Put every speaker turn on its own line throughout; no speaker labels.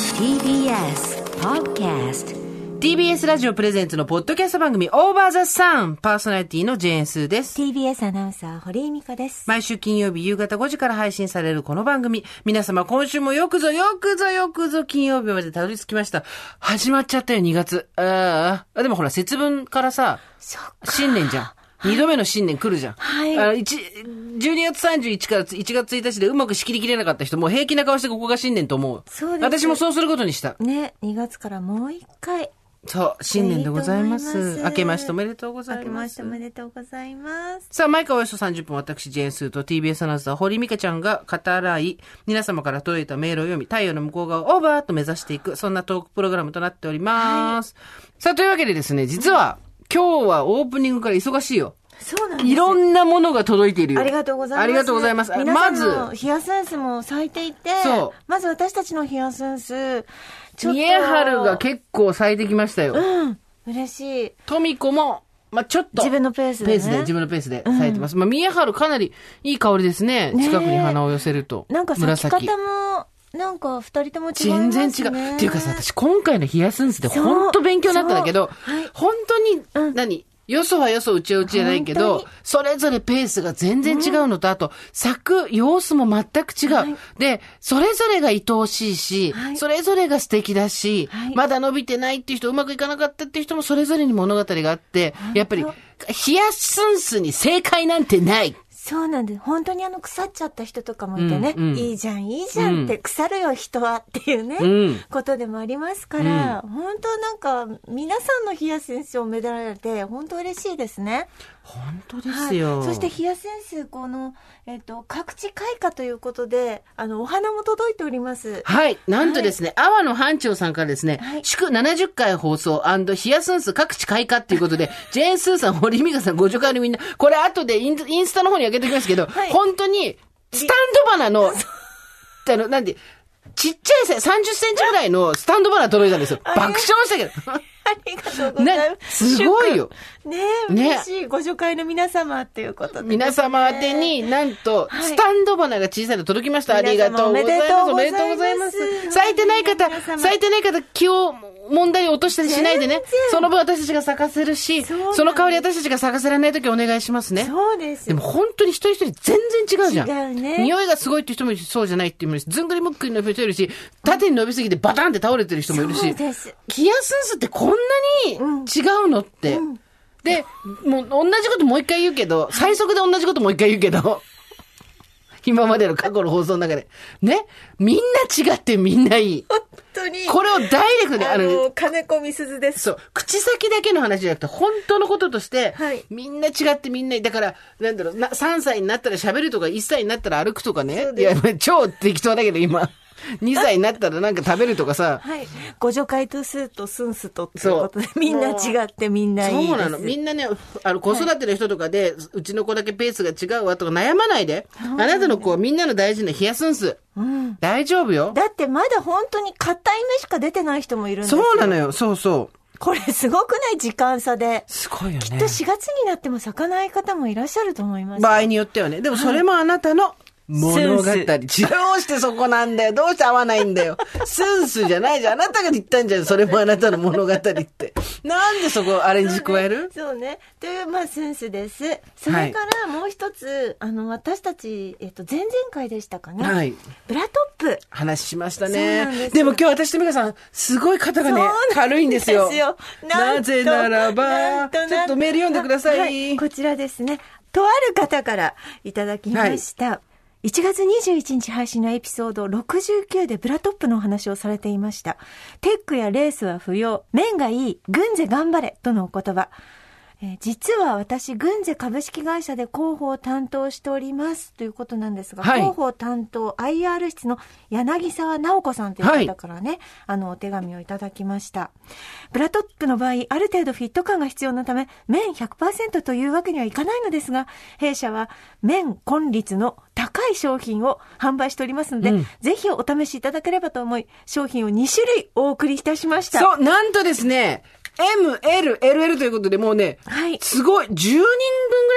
TBS Podcast
TBS ラジオプレゼンツのポッドキャスト番組オーバーザサンパーソナリティのジェーンスーです。
TBS アナウンサー堀井美香です
毎週金曜日夕方5時から配信されるこの番組。皆様今週もよくぞよくぞよくぞ金曜日までたどり着きました。始まっちゃったよ2月。あああ。でもほら節分からさ、
そっ
新年じゃん。二度目の新年来るじゃん。
はい
あの、一、12月31から1月1日でうまく仕切りきれなかった人、もう平気な顔してここが新年と思う。
そうです
私もそうすることにした。
ね2月からもう一回
そう、新年でございま
いいと思います
す。明けましておめでとうござ
明
い
け
ま。
ますしておめでとうございます
さあ、毎回およそ30分、私、ジェーンスーと TBS アナウンサー、堀美香ちゃんが語らい、皆様から届いたメールを読み、太陽の向こう側をオーバーと目指していく、そんなトークプログラムとなっております。さあ、というわけでですね、実は、今日はオープニングから忙しいよ。
そうなんです
いろんなものが届いているよ。
ありがとうございます。
ありがとうございます。
皆さ
ま
ん
ず、
のヒアセンスも咲いていて、
そう
まず私たちのヒアセンス、ちょっと
三重春が結構咲いてきましたよ。
うん、嬉しい。
とみこも、まあ、ちょっと。
自分のペースで、ね。
ペースで、自分のペースで咲いてます。まあ、三重春かなりいい香りですね。
ねえ
近くに花を寄せると。
なんか咲き
紫
方も、なんか二人とも違い
全
ます
然
ね。
違う。っていうかさ、私今回のヒヤスンスで本当勉強になったんだけど、
そうはい
本当に、
うん
何よそはよそ、うちはうちじゃないけど
本当に、
それぞれペースが全然違うのと、あと、咲く様子も全く違う。
はい
で、それぞれが愛おしいし、
はい
それぞれが素敵だし、
はい
まだ伸びてないっていう人、うまくいかなかったっていう人もそれぞれに物語があって、やっぱり、ヒヤスンスに正解なんてない。
そうなんです。本当にあの腐っちゃった人とかもいてね、
うんうん
いいじゃん、いいじゃんって、腐るよ人はっていうね、
うん
ことでもありますから、本当なんか皆さんのヒアセンスをめでられて、本当嬉しいですね。
本当ですよ。
はい、そして冷やセンスこの、えっと各地開花ということであのお花も届いております
はい。なんとですね、阿波の班長さんからですね、
はい
祝70回放送ヒアスンス各地開花っていうこと で、ジェーンスーさん、堀美香さん、ご助会のみんな、これ後でインインスタの方に上げておきますけど、
はい
本当に、スタンド 花の、あの、なんで、ちっちゃいさ、30センチぐらいのスタンド花届いたんですよ。
あ
爆笑したけど。
ありがとうございます、
ねすごいよ
祝ねえ
ね
嬉しい、ご紹介の皆様ということで
皆様宛てに、なんと、
はい
スタンド花が小さいの届きました。ありがとうございます。
皆様おめでとうございます
おめでとうございます咲いてない
皆
方、
様
咲いてない方、気を、問題を落としたりしないでね
全然。
その分私たちが咲かせるし、
そうなんで
そ
す
の代わり私たちが咲かせられない時お願いしますね。
そうです
でも本当に一人一人全然違うじゃん。
違うね
匂いがすごいって人もいるし、そうじゃないって人もいるし、ずんぐりむっくり伸びてるし、縦に伸びすぎてバタンって倒れてる人もいるし。
そうです
キアスンスってこんなに違うのって。で、もう同じこともう一回言うけど、最速で同じこともう一回言うけど、 今までの過去の放送の中で。ねみんな違ってみんないい。
本当に
これをダイレクトで、あ
あ
のね、
の金子みすずです
そう、口先だけの話じゃなくて、本当のこととして、
はい
みんな違ってみんな、だから、なんだろう、な3歳になったら喋るとか、1歳になったら歩くとかね
そう。
い
で
や、超適当だけど、今。2歳になったらなんか食べるとかさ。
はいご助会とスーとスンスとということで
そう
みんな違ってみんないいです
そうなの。みんなね、あの、子育ての人とかで、うちの子だけペースが違うわとか悩まないで。あなたの子はみんなの大事な冷やすんす。大丈夫よ。
だってまだ本当に硬い目しか出てない人もいるんです
そ
よ
うなのよ。そうそう。
これすごくない時間差です
ごいよね。
きっと4月になっても咲かない方もいらっしゃると思います。
場合によってはね。でもそれもあなたの物語。どう
センス
してそこなんだよ。どうして合わないんだよ。スンスじゃないじゃん。あなたが言ったんじゃん。それもあなたの物語って。なんでそこアレンジ加える
そうね。という、まあ、センスです。それからもう一つ、あの、私たち、えっと、前々回でしたかね。
はい。
ブラトップ。
話しました
そうなん
ね。
です
でも今日私と美香さん、すごい肩が
そう
ね
なん、ですよ
軽いんですよ。
なんと
なぜなら
な
ば、
んとなん
ちょっとメール読んでください。
はいこちらですね。とある方からいただきました。1月21日配信のエピソード69でブラトップのお話をされていました。テックやレースは不要、麺がいい、軍勢頑張れとのお言葉。えー実は私、軍勢株式会社で広報を担当しておりますということなんですが、
はい
広報担当 IR 室の柳沢直子さんという
はい
方からね、あの、お手紙をいただきました。ブラトップの場合、ある程度フィット感が必要なため、綿100%というわけにはいかないのですが、弊社は綿根率の高い商品を販売しておりますので、ぜひお試しいただければと思い、商品を2種類お送りいたしました。
そう、なんとですね、 M、L、LL ということで、もうね、
はい
すごい、10人分ぐ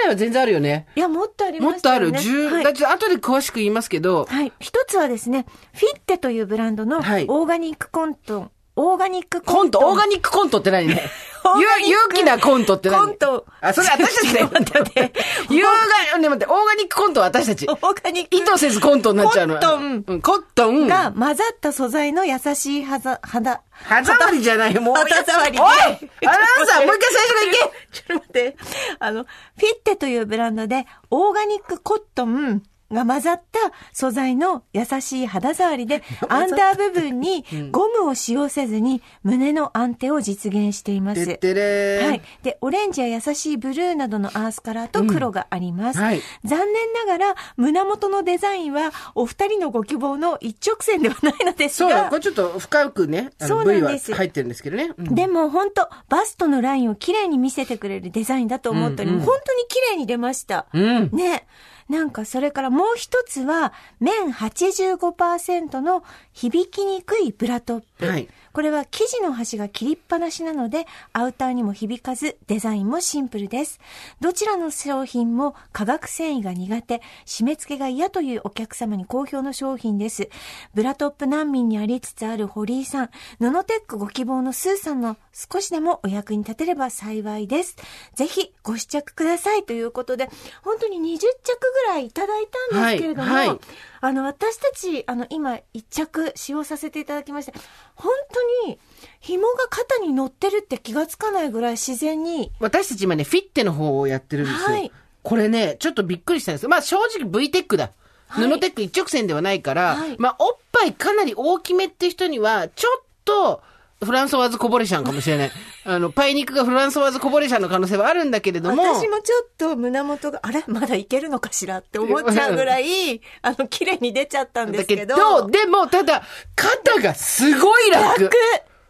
らいは全然あるよね。
いや、もっとあり
も
ま
っ
し
と
た
あ
よね。
る。10、
はい
だって後で詳しく言いますけど、
はい。一つはですね、フィッテというブランドのオ
はい
ーガニックコントン、オーガニック
コント、オーガ
ニ
ニックコントって何ね
オーガニック
ゆ勇気なコントって何
コント
あ、それ私たちね。
ちょっと 待って
有害、ね、待って、オーガニックコントは私たち。
オーガニック
意図せずコントになっちゃう
コ
の。
ットン
うん。コットン。
が混ざった素材の優しい肌、肌。
肌触りじゃない、も う。
肌触りで
おいアナウン サー、もう一回最初からいけ
ちょっと待って。あの、フィッテというブランドで、オーガニックコットンが混ざった素材の優しい肌触 りで、アンダー部分にゴムを使用せずに胸の安定を実現してい ます。
てってれー
はい。で、オレンジや優しいブルーなどのアースカラーと黒があります。
うんはい
残念ながら、胸元のデザインは、お二人のご希望の一直線ではないのです
そうだ、
が
こ、れちょっと深くね、あ
そ
の
うな
部
ん
位は
です
入ってるんですけどね。うん
でも本当バストのラインを綺麗に見せてくれるデザインだと思ったり、
うんうん
本当に綺麗に出ました。
うん。
ね。なんかそれからもう一つは、綿85%の響きにくいブラトップ。
はい
これは生地の端が切りっぱなしなので、アウターにも響かず、デザインもシンプルです。どちらの商品も化学繊維が苦手、締め付けが嫌というお客様に好評の商品です。ブラトップ難民にありつつある堀井さん、布テックご希望のスーさんの少しでもお役に立てれば幸いです。ぜひご試着くださいということで、本当に20着ぐらいいただいたんですけれども、
はいはい
あの、私たち、あの、今、一着使用させていただきまして、本当に、紐が肩に乗ってるって気がつかないぐらい自然に、
私たち今ね、フィッテの方をやってるんですよ。
はい
これね、ちょっとびっくりしたんですよまあ正直 V テックだ。
はい
布テック一直線ではないから、
はい
まあおっぱいかなり大きめって人には、ちょっと、フランソワーズこぼれシャンかもし れない。あの、パイ肉がフランソワーズこぼれシャンの可能性はあるんだけれども。
私もちょっと胸元が、あれまだいけるのかしらって思っちゃうぐらい、あの、綺麗に出ちゃったんですけど、
だけどでも、ただ、肩がすごい楽
楽。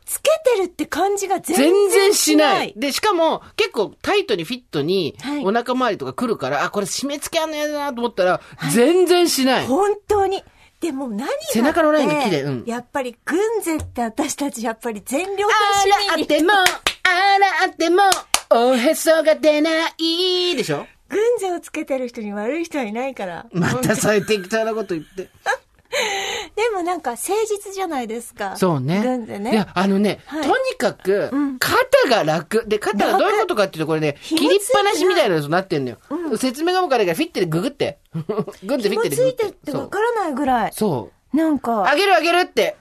つけてるって感じが全然
全然し
し
ない。
ない。
で、しかも、結構タイトにフィットに
は、い
お腹周りとか来るから、あ、これ締め付けあんのやだなと思ったら、全然しない。
本当に。でも何がって
背中のラインが綺麗うん
やっぱり軍勢って私たちやっぱり全量
あ
楽し
ら
み
あ
に。
ても、あらあても、おへそが出ないでしょ
軍勢をつけてる人に悪い人はいないから。
またそういう適当なこと言って。
でもなんか誠実じゃないですか。
そうね。
軍勢
い
ね
や。、あのね、
はい
とにかく、肩が楽。で、肩がどういうことかっていうと、これね、切
紐ついてな
り
い
っぱなしみたいなのになってんのよ。説明が分からないから、フィッてでググって。グンってフィッ
紐
てで
つ
ググっ
い
て。
てってわからないぐらい。
そう。そう
なんか
あ、げるあげるって。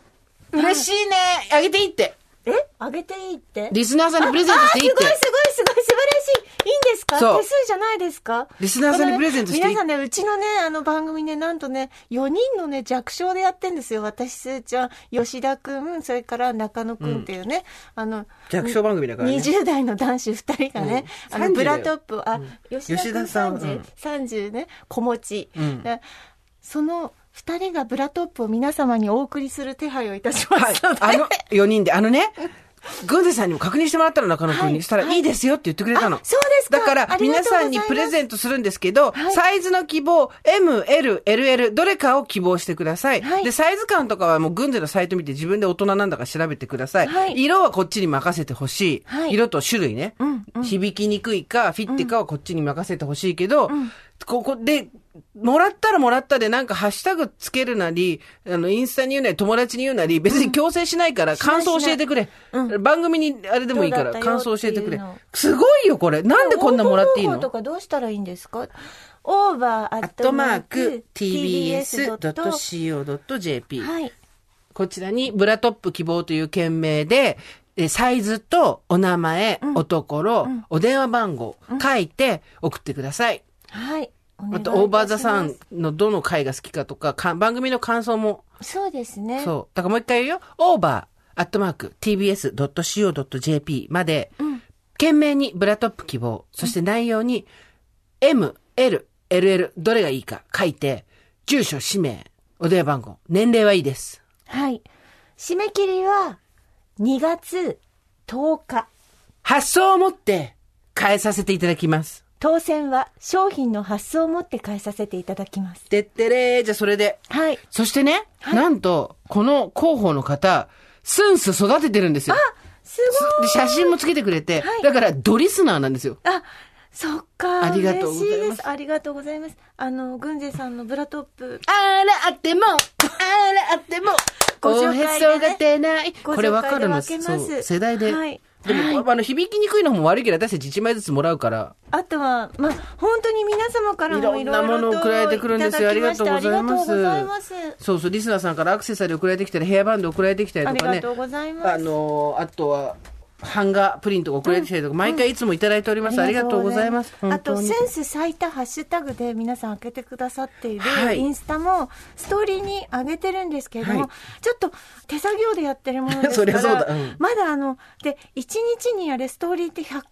嬉しいね。あげていいって。
えあげていいって
リスナーさんにプレゼントしていいって
ああ。すごいすごいすごい素晴らしい。いいんですか
そう
手数じゃないですか
リスナーさんにプレゼントしていい
あのね皆さんね、うちのね、あの番組ね、なんとね、4人のね、弱小でやってんですよ。私、すーちゃん、吉田くん、それから中野くんっていうね、あの、
弱小番組だからね
20代の男子2人がね、
うん
あの、
30
ブラトップを、あ、吉田
吉
くん
田さんう
30
ん、
30ね、子持ち。
ん
でその2人がブラトップを皆様にお送りする手配をいたしま
はい
すので、。
あの、4人で、あの ね、軍勢さんにも確認してもらったの、中野くん
は
に。
い
したら、
はい
いいですよって言ってくれたの
あ。そうですか
だから
あ、りがと
皆
うござ
さ
います
んにプレゼントするんですけど
は、い
サイズの希望、M、L、LL、どれかを希望してください
は。い
で、サイズ感とかはもう軍勢のサイト見て自分で大人なんだから調べてくださ。
はいい
色はこっちに任せてほし。
はいい
色と種類ね
ん。
響きにくいか、フィッテかはこっちに任せてほしいけど、ここで、もらったらもらったでなんかハッシュタグつけるなり、あの、インスタに言うなり、友達に言うなり、別に強制しないから、感想教えてくれ。番組にあれでもいいか
どうだった
ら、
よ
感想教えてくれ
っていうの。
すごいよ、これ。なんでこんなもらっていい
応募方
の
法とかどうしたらいいんですかオーバーア
ア
ッ
ット
ト
マ
マ
ー
ー
ク
ク tbs.co
tbs.co.jp。
はい。
こちらに、ブラトップ希望という件名で、えサイズとお名前、おところ、お電話番号、書いて送ってください。
はい。お願い
あ
いた
と、
します
オーバーザさん。のどの回が好きかとか、か番組の感想も、
そうですね。
そう。だからもう一回言うよ。オーバー、アットマーク、tbs.co.jp まで、懸命にブラトップ希望、そして内容に、M、L、LL、どれがいいか書いて、住所、氏名、お電話番号、年齢はいいです。
はい。締め切りは2月10日。
発送を持って、変えさせていただきます。
当選は商品の発送をもって返させていただきます。
てってれー、じゃあそれで。
はい。
そしてね、なんと、この広報の方、スンス育ててるんですよ。
すご
で
い。
写真もつけてくれて、
はい
だからドリスナーなんですよ。
あ、そっか。
ありがとうございます
嬉しです。ありがとうございます。あの、軍勢さんのブラトップ。
あらあっても、あらあっても、
ご
お
紹
へ
介でね
そが出ない。
ご紹介で
これわかるの、
分けます
そう、世代で。
はい
でも、あの、響きにくいのも悪いけど、私たち1枚ずつもらうから、
あとは、まあ、本当に皆様からもいろいろと
いろんなものを送られてくるんですよ
いただきまして
ありがとうございます
ありがとうございます。
そうそう、リスナーさんからアクセサリー送られてきたり、ヘアバンド送られてきたり
あ
と
り
か
が
ね
と、うございます。
あのーあとは、ハンガープリントが送られてきたりとか、毎回いつもいただいております。ありがとうございます。
あと、
本当に
センス咲いたハッシュタグで皆さん開けてくださっている
はい
インスタもストーリーに上げてるんですけれども、
はい
ちょっと手作業でやってるものです
そ
か
りゃ
ら、
そうだうん
まだあの、で、1日にあれストーリーって100、100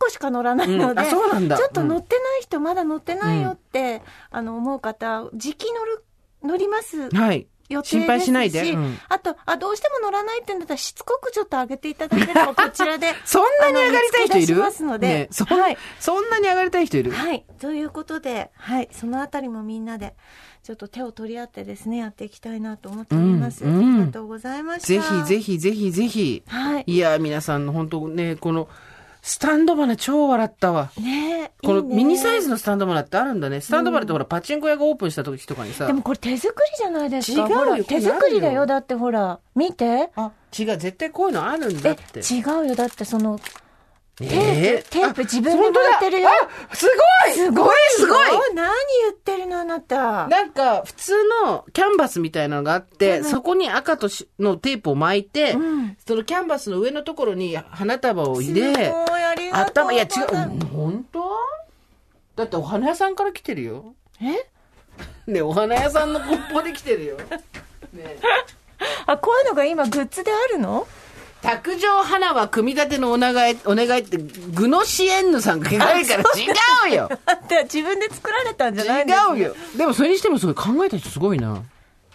個しか載らないので、
うんあそうなんだ
ちょっと載ってない人、まだ載ってないよって、あの、思う方、時期乗る、乗ります。
はい。
予定ですし
心配しないで。うん
あと、あ、どうしても乗らないってんだったら、しつこくちょっと上げていただければ、こちら
。
で
そんなに上がりた
あの
い人い
見つけ出し
る
ますので
ねそん
はい
そんなに上がりたい人いる
はい。ということで、はい。そのあたりもみんなで、ちょっと手を取り合ってですね、やっていきたいなと思っております。
うんうん
ありがとうございました。
ぜひぜ
ひ。
ひぜひぜひ。
はい。
いやー、皆さんの本当ね、この、スタンド花超笑ったわ。
ねえ
この
いいね
ミニサイズのスタンド花ってあるんだね。スタンド花ってほら、パチンコ屋がオープンした時とかにさ
で、もこれ手作りじゃないです
違
か。
うよ
ほ
これある
ら
よ
手作りだよ。だってほら、見て。
あ、違う、絶対こういうのあるん
え、
だって。
違うよ。だってその、テープ、
えー
テープ
あ
自分で巻いてるよ。
本当だあすごいすごいすごい
何言ってるの、あなた。
なんか、普通のキャンバスみたいなのがあっ
う
て、
ん
そこに赤としのテープを巻いて、
ん
そのキャンバスの上のところに花束を入
す
れ、
ごい、ありがとうござ
頭、いや違
ます
う、うん本当だってお花屋さんから来てるよ。
え
ねお花屋さんの梱包で来て るよ。ね
あ、こういうのが今グッズであるの
卓上花は組み立てのお願い、お願いって、具の支援のさんが書いてあるから違うよ
だって自分で作られたんじゃないんです
違うよでもそれにしてもすごい考えた人すごいな。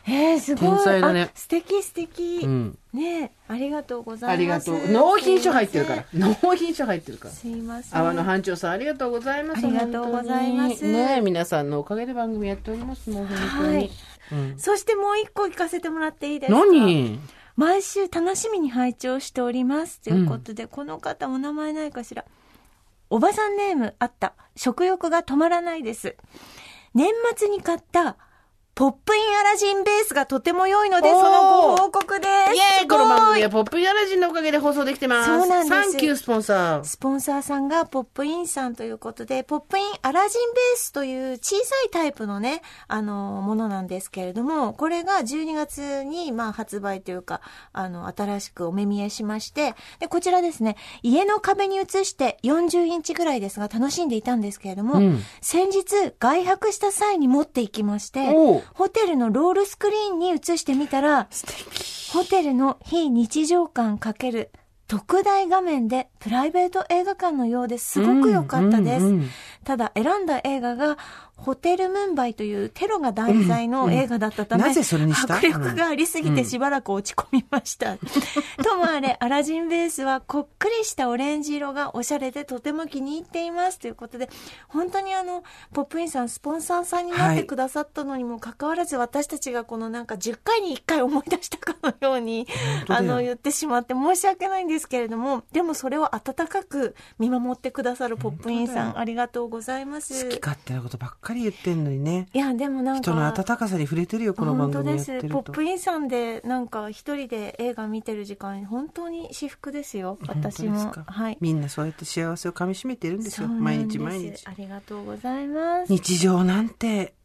えー、すごい。
天才だね
あ素敵素敵。
うん
ねえありがとうござ
あ
い
りが
ます。
とう。納品書入ってるから。納品書入ってるから。
すいません。すい
阿
ま
の班長さんありがとうございます。
ありがとうございます
本当にねえ皆さんのおかげで番組やっておりますもう本
せ
当
ん。
に。
はい。そしてもう一個聞かせてもらっていいですか
何
毎週楽しみに拝聴しております。ということで、この方お名前ないかしら。おばさんネームあった。食欲が止まらないです。年末に買ったポップインアラジンベースがとても良いので、
おー
そのご報告です。
イエー
す
イ
ご
こ
い
の番組はポップギャラジンのおかげで放送できてます。
そうなんです
サンキュースポンサー。
スポンサーさんがポップインさんということで、ポップインアラジンベースという小さいタイプのね、あの、ものなんですけれども、これが12月に、まあ、発売というか、あの、新しくお目見えしまして、で、こちらですね、家の壁に移して40インチぐらいですが、楽しんでいたんですけれども、
うん
先日、外泊した際に持っていきまして
おう、
ホテルのロールスクリーンに移してみたら、
素敵。
ホテルの非日常感かける特大画面でプライベート映画館のようですごく良かったです。
うんうんうん
ただ選んだ映画がホテルムンバイというテロが題材の映画だったため、
なぜそれにした
迫力がありすぎてしばらく落ち込みました。 ともあれ、アラジンベースはこっくりしたオレンジ色がおしゃれでとても気に入っています。ということで、本当にあの、ポップインさん、スポンサーさんになってくださったのにもかかわらず、私たちがこのなんか10回に1回思い出したかのように、
当だ
あ
よ
の、言ってしまって申し訳ないんですけれども、でもそれを温かく見守ってくださるポップインさん、ありがとうございます。
好き勝手なことばっかり言ってんのにね。
いや、でもなんか。
人の温かさに触れてるよ、この番組やってると。
本当ですポップインさんでなんか一人で映画見てる時間本当に至福ですよ私
本
も
当ですか
はい
みんなそうやって幸せをかみしめてるんですよ。
そう
毎
なん
日
です
毎日。
ありがとうございます
日常なんて、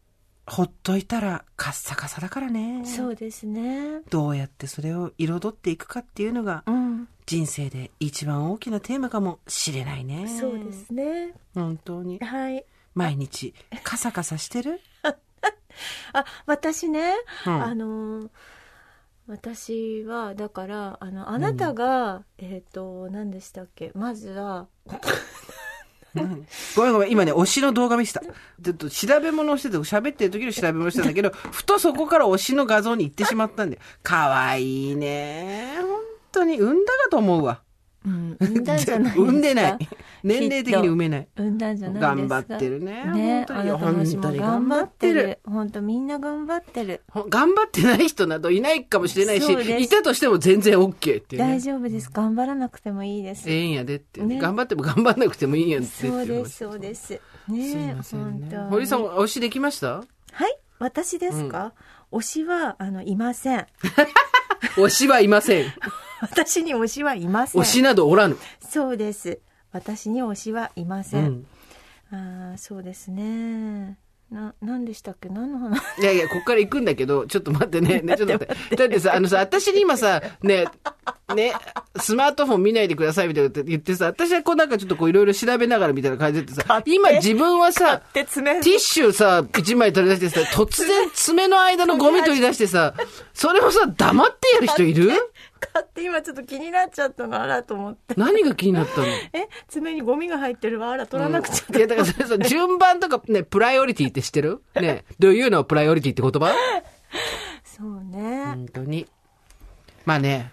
ほっといたらカッサカサだからね。
そうですね
どうやってそれを彩っていくかっていうのが、
うん
人生で一番大きなテーマかもしれないね。
そうで。すね
本当に。
はい
毎日、カサカサしてる
あ私ね、
うん
あのー私はだからあのあなたが、えっ、と何でしたっけまずは
うんごめんごめん、今ね、推しの動画見せた。ちょっと調べ物をしてて、喋ってる時の調べ物をしてたん だけど、ふとそこから推しの画像に行ってしまったんだよ。かわいいね。本当に、産んだかと思うわ。
うん、産んだんじゃないですか
産んでない年齢的に埋めない。
産んだんじゃないで
頑
すか
張ってるね。
ねあ
本当に
なたの
本
も
当
頑
に頑張
張っ
ってて
る
る。
本当みんな頑張ってる
ほん頑張ってない人などいないかもしれないし
そうです、
いたとしても全然 OK っていう、
大
ね。
丈夫です頑張らなくてもいいです
ええんやでって、
ね
頑張っても頑張らなくてもいいんやでってい
そう
話
ですそうで。す
すい
ね
ません
本
ね
当。
堀さん、推しできました
はい私ですか、推しはあのいません
推しはいません。
私に推しはいません
推しなどおらぬ。
そうです私に推しはいま
う
せん、
ん。
ああそうですねな何でしたっけ何の話
いやいや、こっから行くんだけど、ちょっと待ってね。ね、ちょっと待って。だってさ、あのさ、私に今さ、ね、ね、スマートフォン見ないでくださいみたいなこと言ってさ、私はこうなんかちょっとこういろいろ調べながらみたいな感じでさ、今自分はさ、
で爪
ティッシュさ、一枚取り出してさ、突然爪の間のゴミ取り出してさ、それをさ、黙ってやる人いる
買って今ちょっと気になっちゃったのあらと思って
何が気になったの
え爪にゴミが入ってるわあら取らなくちゃ、
うんいや、だからそれさ、順番とかね、プライオリティって知ってるね、どういうのプライオリティって言葉
そうね、
本当に。まあね、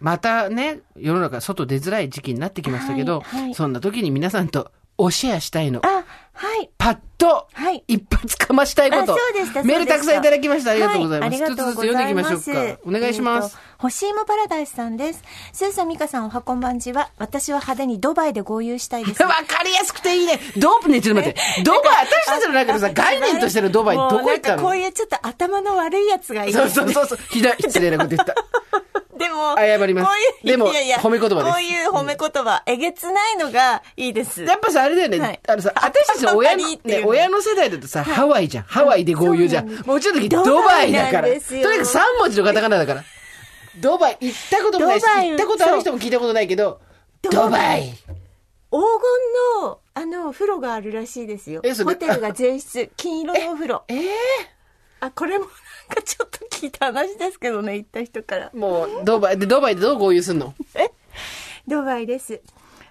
またね、世の中外出づらい時期になってきましたけど、
はいはい
そんな時に皆さんとおシェアしたいの。
あはい
パッと、
はい
一発かましたいこと。
あそうでした
メールたくさんいただきました。ありがとうございます。
は
一つずつ読んでいきましょ
ありがと。
うか
う
お
ござ
願いします
え。ーと干し芋パラダイスさんです。スーさん、ミカさん、おはこんばんちは。私は派手にドバイで豪遊したい です。
わかりやすくていいね。ドープね、ちょっと 待って。ドバイ、私たちの中でさ、概念としてのドバイ、ど
もう
こ行った
なん
の
かこういうちょっと頭の悪いやつがいい。
そうそうそうそう。ひどい、失礼なこと言った。
でも、
謝ります
こういう
でも
いやいや
褒め言葉です
こういう褒め言葉、えげつないのがいいです。
やっぱさ、あれだよね。
はい
あのさ、私たちの親の、
頭がいいっていう
ね、
の
親の世代だとさ、ハワイじゃん。ハワイで豪遊じゃん。
そうなんです
もうちょっと時ドバイだか
ドバ
ら。
イなんです
とに
よ
かく3文字のカタカナだから。ドバイ、行ったこともないし、
ドバイ
行ったことある人も聞いたことないけど、ドバイ。
黄金の、あの、お風呂があるらしいですよ
え。それ
ホテルが全室、 金色のお風呂。
ええ
あ、これもなんかちょっと聞いた話ですけどね、行った人から。
もう、ドバイ、で、ドバイでどう豪遊すんの
ドバイです。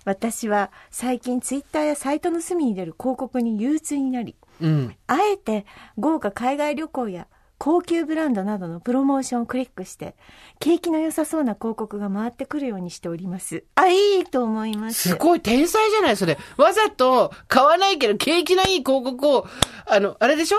私は最近ツイッターやサイトの隅に出る広告に憂鬱になり、
うん。
あえて豪華海外旅行や高級ブランドなどのプロモーションをクリックして、景気の良さそうな広告が回ってくるようにしております。あ、いいと思います。
すごい、天才じゃない、それ。わざと、買わないけど、景気のいい広告を、あの、あれでしょ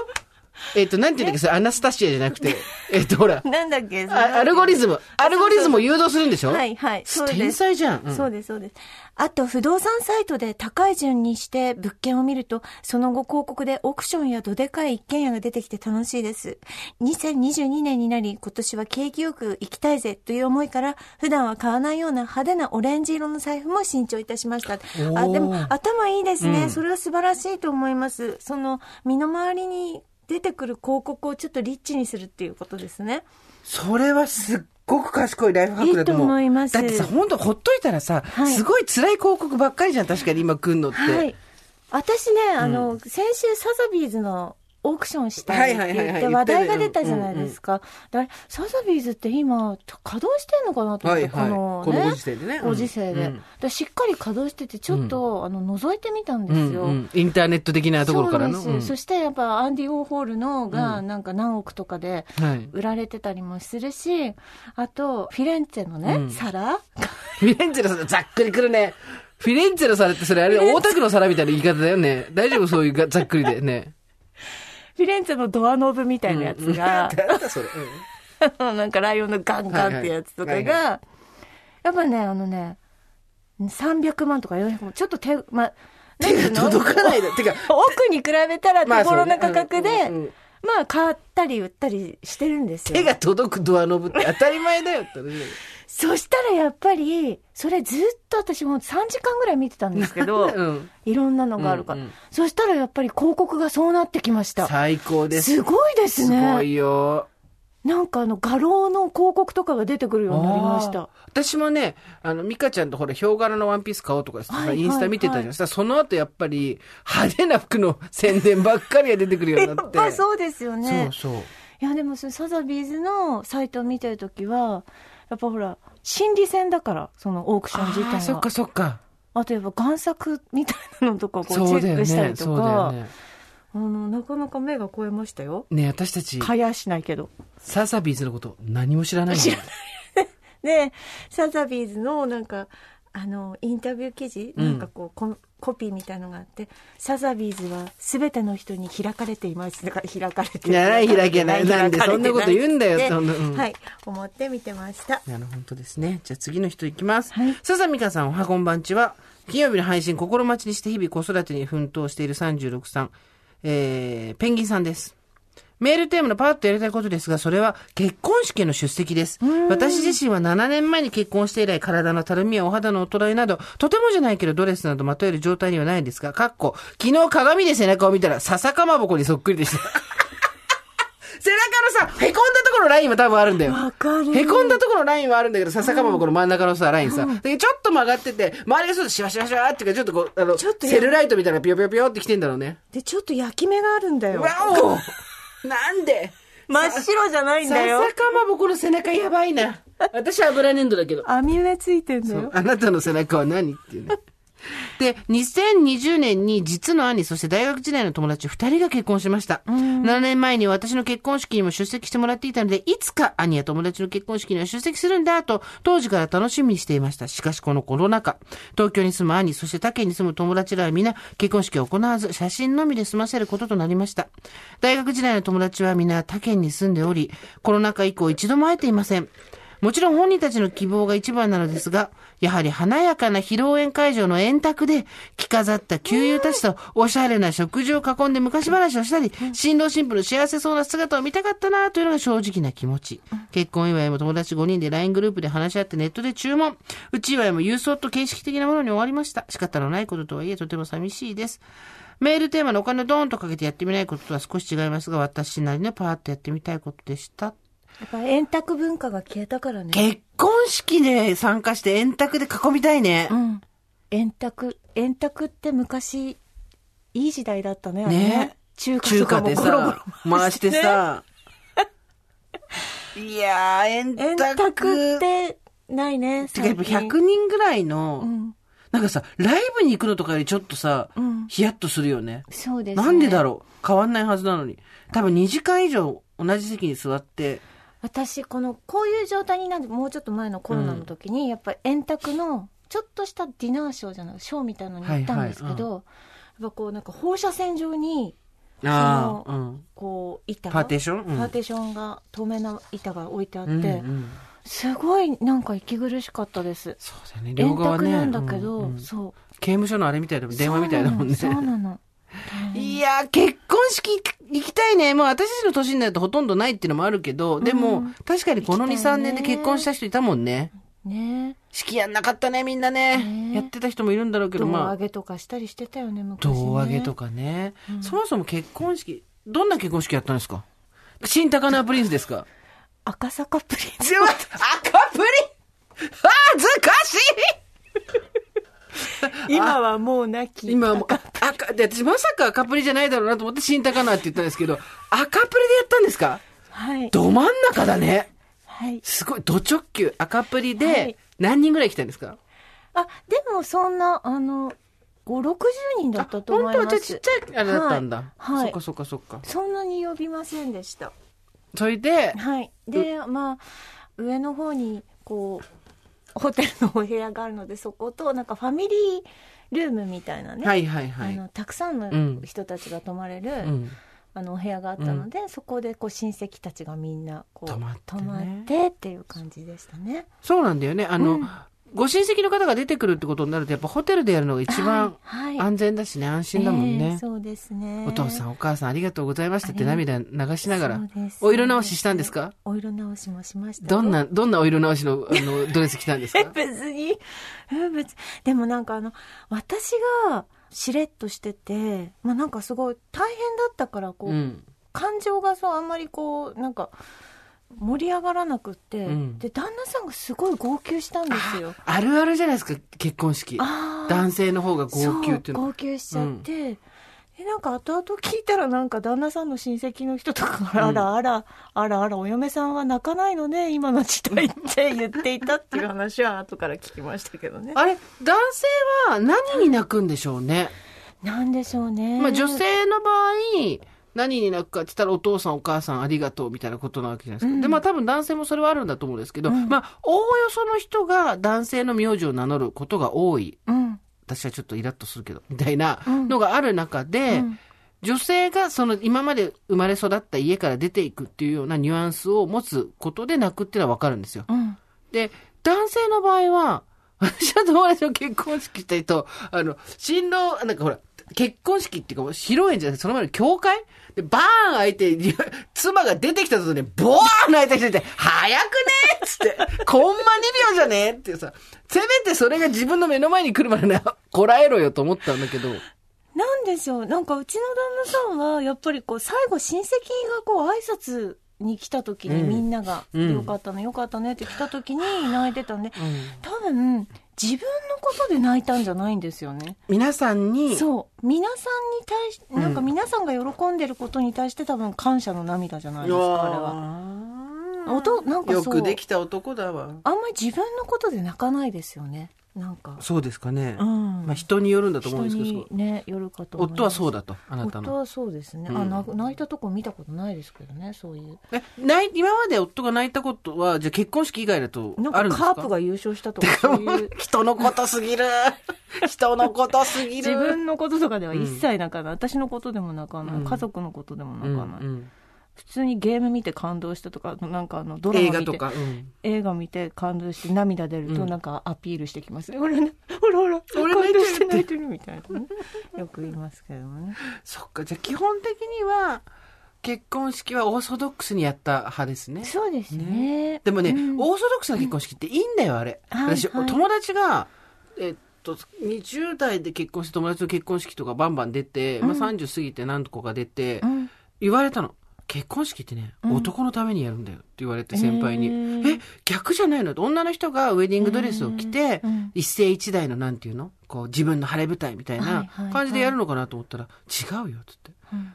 えっ、と、なんていうんだっけ、それ、アナスタシアじゃなくて、えっ、と、ほら、
なんだっけ
あアルゴリズム。アルゴリズムを誘導するんでしょ
はいはい。そうです。
天才じゃん。うん
そうです、そうです。あと、不動産サイトで高い順にして物件を見ると、その後広告でオークションやどでかい一軒家が出てきて楽しいです。2022年になり、今年は景気よく行きたいぜという思いから、普段は買わないような派手なオレンジ色の財布も新調いたしました。あ、
ー
でも頭いいですね。それは素晴らしいと思います。その、身の回りに出てくる広告をちょっとリッチにするっていうことですね。
それはすっごく賢いライフハックだと思う。
いいと思います
だってさ、本当ほっといたらさ、
はい
すごい辛い広告ばっかりじゃん、確かに今来んのって。
はい。私ね、あの、先週サザビーズのオークションしたいって
はい
言
は
っ
い
て
はい
話題が出たじゃないですか。だからサザビーズって今、稼働してんのかなと思っ
は
て、
いはい
こ
こ
の
の
ね。
ご時世でねうん
ご時世で。
うん
だからしっかり稼働してて、ちょっと、あの、覗いてみたんで
う
す
ん
よ。
うん、インターネット的なとこ
そ
ろ
う
から
で
の。
す、
うん
そしてやっぱアンディ・オーホールのがなんか何億とかで
はい。
売られてたりもするし、あとフィレンツェのね、
うん
皿
フィレンツェの皿、ざっくりくるね。フィレンツェの皿ってそれあれ、大田区の皿みたいな言い方だよね。大丈夫そういうがざっくりでね。
フィレンツェのドアノブみたいなやつが、
なんだそれ。う ん
なんかライオンのガンガンってやつとかが、
はいはいはい
やっぱね、あのね、300万とか400万、ちょっと手、ま、なんてい
手
う
が
の
届かないだ。てか、
奥に比べたら
まあ
手頃な価格で、まあ、
そうねうんうんうん
買ったり売ったりしてるんです
手
よ。
が届くドアノブって当たり前だよってね。
そしたらやっぱり、それずっと私もう3時間ぐらい見てたん ですけど、
うん。
いろんなのがあるから、
うんうん
そしたらやっぱり広告がそうなってきました。
最高です。
すごいですね。
すごいよ。
なんかあの、画廊の広告とかが出てくるようになりました。
あー私もね、あの、ミカちゃんとほら、ヒョウ柄のワンピース買おうとかさ、
はいはい
インスタ見てたじゃん。さその後やっぱり、派手な服の宣伝ばっかりが出てくるよう
や
になっ。
ってぱそうですよね。
そうそう。
いやでもそのサザビーズのサイトを見てるときはやっぱほら心理戦だからそのオークション自
あー
体
そっ
は
かそっか。
あとやっぱ贋作みたいなのとかをこうチ
そ
ェ
うだ
ッ
よね。
クしたりと
そうだよ
か、
ね。
あのなかなか目が超えましたよ
ね私たち、
かやしないけど
サザビーズのこと何も知らないんだよ
でサザビーズのなんかあのインタビュー記事なんかこう、ココピーみたいのがあって「サザビーズは全ての人に開かれています」だから開かれて
いや開けないなんで
開かれて
そんなこと言うんだよ
って
そんなうん
はい思って見てました
なるほどですね。じゃあ次の人いきます。
はい
ささみかさん、おはこんばんちは、金曜日の配信心待ちにして日々子育てに奮闘している36さん、えー、ペンギンさんです。メールテーマのパーッとやりたいことですが、それは結婚式への出席です。私自身は7年前に結婚して以来、体のたるみやお肌の衰えなど、とてもじゃないけどドレスなどまとえる状態にはないんですが、かっこ、昨日鏡で背中を見たら、笹かまぼこにそっくりでした。 背中のさ、へこんだところラインは多分あるんだよ。
わかる
へこんだところのラインはあるんだけど、笹かまぼこの真ん中のさ、ラインさ。でちょっと曲がってて、周りがそうシワシワシワっていうか、ちょっとこう、あの、
ちょっとや
セルライトみたいなのがピヨピヨピヨってきてんだろうね。
でちょっと焼き目があるんだよ
わおなんで
真っ白じゃないんだよ
笹かまぼこの背中やばいな。私は油粘土だけど。
網目ついてんだ
そう
よ
あなたの背中は何っていうね。で、2020年に実の兄、そして大学時代の友達2人が結婚しました。7年前に私の結婚式にも出席してもらっていたので、いつか兄や友達の結婚式には出席するんだと、当時から楽しみにしていました。しかしこのコロナ禍、東京に住む兄、そして他県に住む友達らは皆結婚式を行わず、写真のみで済ませることとなりました。大学時代の友達は皆他県に住んでおり、コロナ禍以降一度も会えていません。もちろん本人たちの希望が一番なのですが、やはり華やかな披露宴会場の円卓で、着飾った旧友たちとおしゃれな食事を囲んで昔話をしたり、新郎新婦の幸せそうな姿を見たかったなというのが正直な気持ち。結婚祝いも友達5人で LINE グループで話し合ってネットで注文。うち祝いも郵送と形式的なものに終わりました。仕方のないこととはいえとても寂しいです。メールテーマのお金をドーンとかけてやってみないこととは少し違いますが、私なりのパーッとやってみたいことでした。
やっぱ円卓文化が消えたからね
結婚式で参加して円卓で囲みたいね。
うん円卓円卓って昔いい時代だったねあれ
ね
中華
中
と
華
かも
で
ゴロゴロ
さ、回してさ。 いやー、円卓。
円卓ってないね
てかやっぱ
最近
100人ぐらいの、
うん
なんかさ、ライブに行くのとかよりちょっとさ、
うん
ヒヤッとするよね。
そうですね
なんでだろう変わんないはずなのに。多分2時間以上同じ席に座って、
私このこういう状態になるもうちょっと前のコロナの時に、やっぱ円卓のちょっとしたディナーショーじゃないショーみたいなのに行ったんですけど、
はいはい
やっぱこうなんか放射線状に
あ
そ
あ、うん。
こう板が
パーテーションうん
パーテーションが透明な板が置いてあって、
うんうん
すごいなんか息苦しかったです
そうだよね、両
円
側
卓
ね。
なんだけど、
うんうん
そう
刑務所のあれみたいだもん、電話みたいだもんね。
そうなのそうなの
いやー、結婚式行きたいね。もう私たちの年になるとほとんどないっていうのもあるけど、でも、
うん
確かにこの2、
行きたい
3
ね
年で結婚した人いたもんね。
ね
式やんなかったね、みんなね。
ね
やってた人もいるんだろうけ
胴
ど、ま
上
あ、
げとかしたりしてたよね昔ね
胴上げとかね、そもそも結婚式、どんな結婚式やったんですか新高輪プリンスですか
赤坂プリン
ずわ赤プリン恥ずかしい
今はもうなき
今はもう、あ赤、で、私まさか赤プリじゃないだろうなと思って新高輪って言ったんですけど、赤プリでやったんですか
はい
ど真ん中だね。
はい
すごい、ド直球、赤プリ
は
で
い、
何人ぐらい来たんですか、
あでもそんなあの560人だったと思
本
い
当
ま
は
す
じゃあちっちゃいあれだったんだ。
はいはい
そっかそっかそっか。
そんなに呼びませんでした
それで、
はいでまあ上の方にこうホテルのお部屋があるのでそことなんかファミリールームみたいなね、
はいはいは
あ
い。
のたくさん
うん
の人たちが泊まれる、
うん。
あのお部屋があったので、そこでこう親戚たちがみんなこう
泊まってね
泊まってっていう感じでしたね
そうなんだよね。あの、
うん
ご親戚の方が出てくるってことになると、やっぱホテルでやるのが一番
はいはい
安全だしね、安心だもん
ええ
ね。
そうですね
お父さ
ん
んお母さんありがとうございましたって涙流しながら
そうです。
お色直ししたんですか
お色直しもしましたよ
どんな、どんなお色直しの、あの、 ドレス着たんです
え
か
別にえ別にでもなんかあの私がしれっとしてて、まあ、なんかすごい大変だったからこう、
うん。
感情がそうあんまりこうなんか盛り上がらなくって、
うん
で旦那さんがすごい号泣したんですよ
あるあるじゃないですか、結婚式。
あー
男性の方が号泣って
そう
いうの。
号泣しちゃって、でなんか後々聞いたらなんか旦那さんの親戚の人とかから、
うん
あらあらあらあらお嫁さんは泣かないのね今の時代って言っていたっていう話は後から聞きましたけどね
あれ、男性は何に泣くんでしょうね。
なんでしょうね。
まあ女性の場合、何に泣くかって言ったらお父さんお母さんありがとうみたいなことなわけじゃないですか。で、まあ多分男性もそれはあるんだと思うんですけど、まあ、おおよその人が男性の名字を名乗ることが多い。
うん。
私はちょっとイラッとするけど、みたいなのがある中で、女性がその今まで生まれ育った家から出ていくっていうようなニュアンスを持つことで泣くっていうのはわかるんですよ。
うん。
で、男性の場合は、 私の友達の結婚式した人、あの、新郎、なんかほら、結婚式っていうかもう、披露宴じゃなくて、その前の教会で、バーン開いて、 妻が出てきた時に、ボーン開いてきてて、早くねっつって、 コンマ2秒じゃねっていうさ、せめてそれが自分の目の前に来るまでな、 こらえろよと思ったんだけど、
なんでしょう。なんかうちの旦那さんは、やっぱりこう、最後親戚がこう、挨拶に来た時に
うん
みんなが、
うん
よかったね、よかったねって来た時に泣いてたんで、多分、自分のことで泣いたんじゃないんですよね。
皆さんに、
そう。皆さんに対し、なんか
うん
皆さんが喜んでることに対して多分感謝の涙じゃないですか、あれは。
は
おとなんかそう
よくできた男だわ。
あんまり自分のことで泣かないですよね。なんか。
そうですかね。
うん。
まあ、人によるんだと思う
人
んですけど、
にね、よるかと思います。
夫はそうだと、あなた
夫
の。
はそうですね。
う
あ、
ん
な泣いたとこ見たことないですけどね、そういう。
えない今まで夫が泣いたことは、じゃあ結婚式以外だと
なん
あ
か
るんですか。
カープが優勝したとか、そういう
人のことす ぎる。人のことすぎ
自
る。
分のこととかでは一切泣かない、私のことでも泣かない、
うん
家族のことでも
うん
泣かない、
うん
普通にゲーム見て感動したとかなんかあのドラマ
映
見て
画とか、うん
映画見て感動して涙出る
う
と
ん
なんかアピールしてきます ね、俺ねほらほら感
俺泣いて
動
る
して泣いてるみたいな、ね、 よく言いますけどもね
そっか、じゃあ基本的には、結婚式はオーソドックスにやった派ですね。
そうですね
でもね、
うん
オーソドックスな結婚式っていいんだよ、あれ。
はい
私、
はい
友達が、えっと、20代で結婚して友達の結婚式とかバンバン出て、まあ、30過ぎて何個か出て、
うん
言われたの。結婚式ってね、
ん
男のためにやるんだよって言われて先輩に。
へー
え、逆じゃないの女の人がウェディングドレスを着て、
うん
一世一代のなんていうのこう自分の晴れ舞台みたい
はい
な
はいはい
感じでやるのかなと思ったら、違うよっつっ
う
て。
ん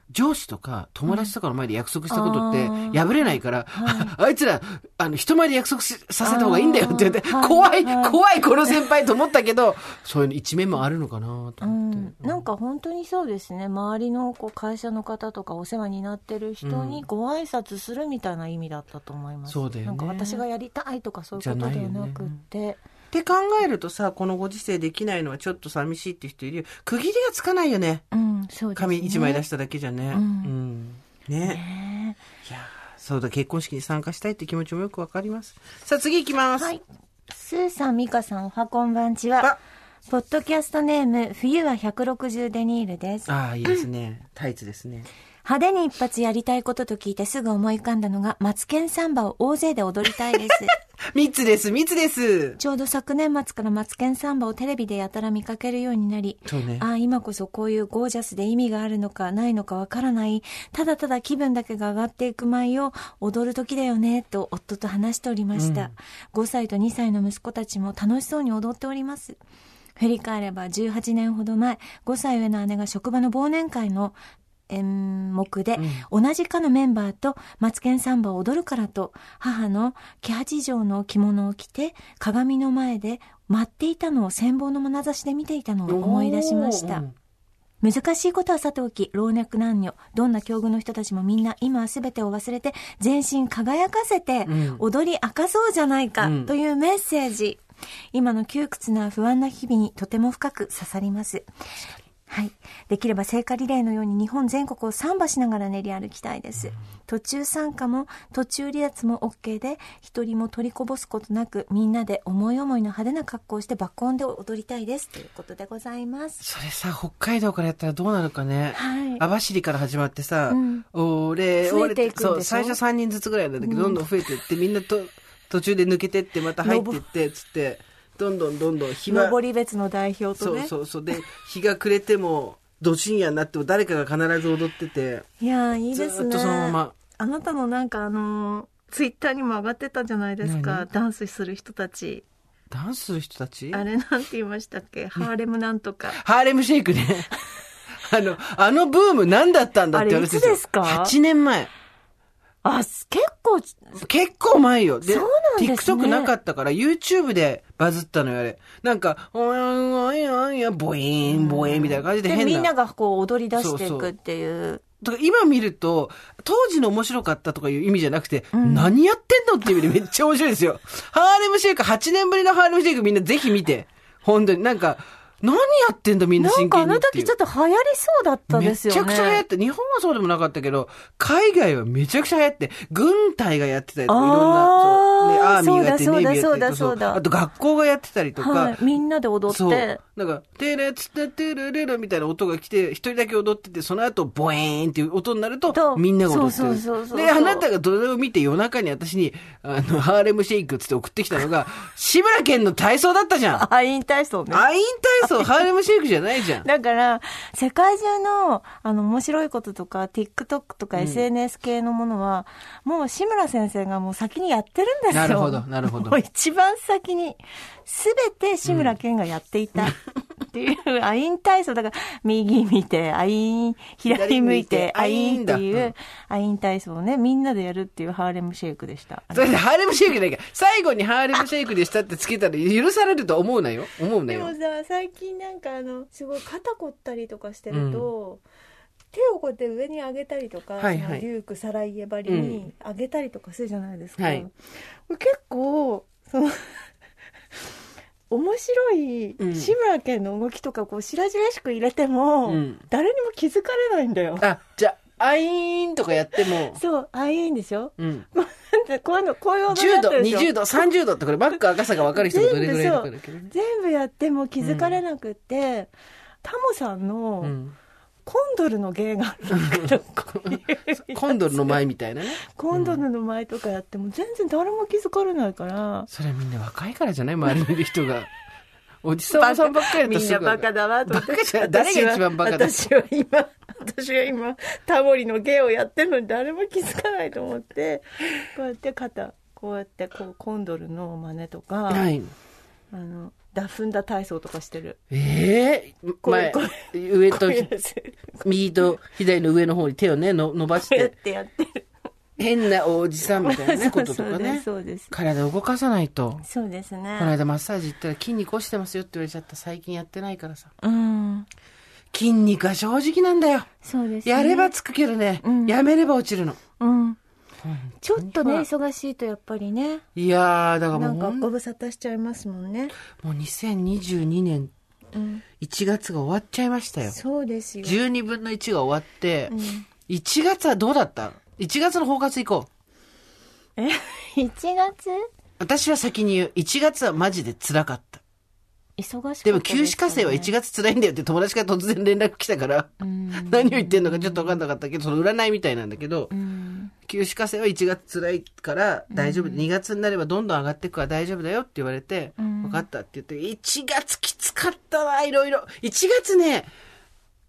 上司とか友達とかの前で約束したことって
うんあー
破れないから、 あいつら、あの、人前で約束しさせた方がいいんだよって言って、
あー
怖い、
はいはい
怖いこの先輩と思ったけど、そういう一面もあるのかなと
う
思って。
ん、なんか本当にそうですね周りのこう会社の方とかお世話になってる人にご挨拶するみたいな意味だったと思います、
そうだよね
なんか私がやりたいとかそういうことではなくって
って考えるとさ、このご時世できないのはちょっと寂しいって人いるよ。区切りがつかないよね。
うんそうですね
紙一枚出
し
しただけじゃね。
うん
うんね。いやーそうだ、結婚式に参加したいって気持ちもよくわかります。さあ、次行きます。
はい。スーさん、ミカさん、おはこんばんちは
あ。
ポッドキャストネーム、冬は160デニールです。
ああ、いいですね。タイツですね。
派手に一発やりたいことと聞いてすぐ思い浮かんだのが、マツケンサンバを大勢で踊りたい です。
密です、密です。
ちょうど昨年末からマツケンサンバをテレビでやたら見かけるようになり、
そうね。
ああ、今こそこういうゴージャスで意味があるのかないのかわからない、ただただ気分だけが上がっていく舞を踊る時だよね、と夫と話しておりました。5歳と2歳の息子たちも楽しそうに踊っております。振り返れば18年ほど前、5歳上の姉が職場の忘年会の演目で、同じ課のメンバーとマツケンサンバを踊るからと、母の毛八条の着物を着て、鏡の前で待っていたのを羨望の眼差しで見ていたのを思い出しました。難しいことはさておき、老若男女、どんな境遇の人たちもみんな今は全てを忘れて、全身輝かせて
ん、
踊り明かそうじゃないか
うん、
というメッセージ。今の窮屈な不安な日々にとても深く刺さります。はい。できれば聖火リレーのように日本全国をサンバしながら練り歩きたいです。途中参加も途中離脱も OK で、一人も取りこぼすことなく、みんなで思い思いの派手な格好をして爆音で踊りたいです。ということでございます。
それさ、北海道からやったらどうなるかね。
はい。
網走から始まってさ、
うん
俺、
増えていくんでしょ
そう、最初3人ずつぐらいなんだけど、どんどん増えてって、みんなと途中で抜けてって、また入ってって、つって、どんどんどんどん日が
登別の代表と
そう
ね
そうそう。で、日が暮れても、ど深夜になっても誰かが必ず踊ってて、
いやーいいです
ずーっ
ね
とそのまま。
あなたのなんかあのーツイッターにも上がってたじゃないですか
何
ダンスする人たち
ダンスする人たち
あれなんて言いましたっけハーレムなんとか
ハーレムシェイクね。 あの、あのブーム何だったんだって
あれいつですか
?8 年前。
あす結構
結構前よ。で、
そうなんですね
TikTok なかったから YouTube でバズったのよ、あれ。なんか、おやんおやんおやん、ボイーン、ボイーンみたいな感じで
で
変な。
みんながこう踊り出していくっていう
とか今見ると、当時の面白かったとかいう意味じゃなくて、何やってんのっていう意味でめっちゃ面白いで すよ。ハーレムシェイク、8年ぶりのハーレムシェイクみんなぜひ見て。本当になんか、何やってんだみんな
な
真
んかあ
剣に
の
ってい
時
う
ちょっと流行りそうだったですよね。
めちゃくちゃ流行って、日本はそうでもなかったけど、海外はめちゃくちゃ流行って、軍隊がやってたりとか、いろんな、そうね、ア
あー
ーミーがやって、
そう
ネ
だ
イビーや
そう
って
だ
とそ
そうだそううだ
あと学校がやってたりとか、
はい。みんなで踊
そ
っ
う。
て。
なんか、テレツテテレレレみたいな音が来て、一人だけ踊ってて、その後、ボエーンっていう音になると、
と
みんなが踊って
そうそうそう
る。
そう
で、あなたがどれを見て夜中に私に、あの、ハーレムシェイクっつって送ってきたの が、志村けんの体操だったじゃん。
アイン体操ね。
アイン体操、ハーレムシェイクじゃないじゃん。
だから、世界中の、あの、面白いこととか、TikTok とか SNS 系のものは、もう志村先生がもう先にやってるんですよ。
なるほどなるほど
もう一番先に、すべて志村けんがやっていた。っていう、アイン体操。だから、右見て、アイン、左向いて、ア
左
インってて
向いアイン
い
だう
う、アイン体操をね、みんなでやるっていうハーレムシェイクでした。
それでハーレムシェイクだけ最後にハーレムシェイクでしたってつけたら許されると思うなよ。思うな
でも
よ。
さ最近なんかあのすごい肩凝ったりとかしてると、手をこうやって上に上げたりとか、
はいはい
そのリュークサライエばりに上げたりとかするじゃないですか、
はい
これ結構その面白い
うん
志村けんの動きとかこう白々しく入れても、
うん
誰にも気づかれないんだよ。
あ、じゃあ、アイーンとかやっても、
そうあいいんでしょ
うん。
こういうのこういう踊りや
10
って
度、
るでしょ
20度、30度ってこれバック赤さが分かる人もどれぐらいいるかだけどね。
全部やっても気づかれなくて、タモさんの、
うん。
コンドルの芸があるんだけどこういう
コンドルの前みたいなね。
コンドルの前とかやっても全然誰も気づかれないから、
それみんな若いからじゃない周りにいる人が。おじさんおばさんばっかりだと
みんなバカだなと思って
バカ じゃ誰が一番バカだ
私は私は今私は今タモリの芸をやってるのに誰も気づかないと思ってこうやって肩こうやってこうコンドルの真似とか、
はい。
あのダフンダ体操とかしてる
ええ
これ
前
こ、
上
こう
と
いうやつこ
右と左の上の方に手をね、の伸ばし、
うやっててやってる
変なおじさんみたいなね、こと と
そう
か
で
ね
す。そうです
体動かさないと。
そうです
この
ね
間マッサージ行ったら筋肉落ちてますよって言われちゃった。最近やってないからさ。
うん。
筋肉は正直なんだよ。
そうですね。
やればつくけどね、
ん
やめれば落ちるの。
うん。ちょっとね、
本当に
忙しいとやっぱりね。
いやー、だからも
な
うんほ
か
ん、
ご無沙汰しちゃいますもんね、
もう2022年
うん、
1月が終わっちゃいましたよ。
そうですよ
12分の1が終わって、
ん
1月はどうだった ?1 月の包括行こう。
1月
私は先に言う。1月はマジで辛かった。
忙しく
でも、休止火星は1月辛いんだよって友達から突然連絡来たから、 何を言ってんのかちょっと分かんなかったけど、その占いみたいなんだけど、休止火星は1月辛いから大丈夫、2月になればどんどん上がっていくから大丈夫だよって言われて、分かったって言って、1月きつかったわ、いろいろ。1月ね、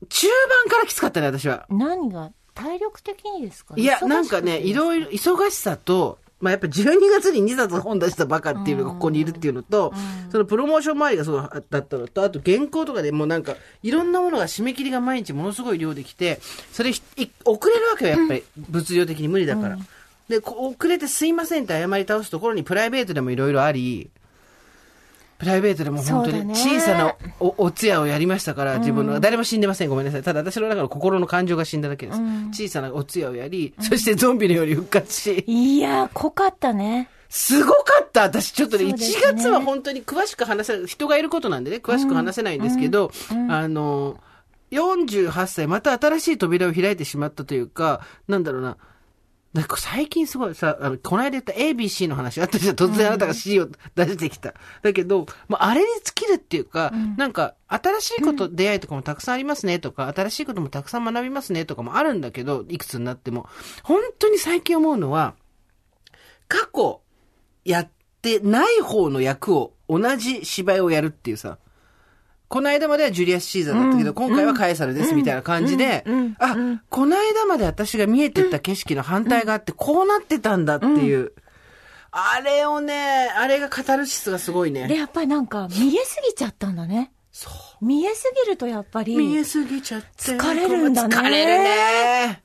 中盤からきつかったね、私は。
何が体力的にですか
いや、なんかね、いろいろ、忙しさと、まあ、やっぱ12月に2冊本出したバカっていうのがここにいるっていうのと、そのプロモーション周りがそうだったのと、あと原稿とかでもうなんか、いろんなものが締め切りが毎日ものすごい量できて、それひい遅れるわけよ、やっぱり。物量的に無理だから。で、こう遅れてすいませんって謝り倒すところにプライベートでもいろいろあり、プライベートでも本
そ
当
うだ
に
ね
小さなおお通夜をやりましたから、自分の、誰も死んでません、ごめんなさい。ただ私の中の心の感情が死んだだけです。小さなお通夜をやり、そしてゾンビのように復活し、
いや、濃かったね。
すごかった私ちょっとね、
そうですね
1月は本当に詳しく話せない、人がいることなんでね、詳しく話せないんですけど、あの、48歳、また新しい扉を開いてしまったというか、なんだろうな、なんか最近すごいさ、あの、この間言った ABC の話あったじゃん。突然あなたが C を出してきた。だけど、まあ、あれに尽きるっていうか、なんか、新しいこと、出会いとかもたくさんありますねとか、新しいこともたくさん学びますねとかもあるんだけど、いくつになっても。本当に最近思うのは、過去やってない方の役を同じ芝居をやるっていうさ、この間まではジュリアス・シーザーだったけど、今回はカエサルですみたいな感じで、あ、この間まで私が見えてた景色の反対があって、こうなってたんだっていう。あれをね、あれがカタルシスがすごい
で、
ね。
やっぱりなんか、見えすぎちゃったんだね。
そ
見えすぎるとやっぱり。
う。見えすぎちゃって。
疲れるんだね
疲れるね。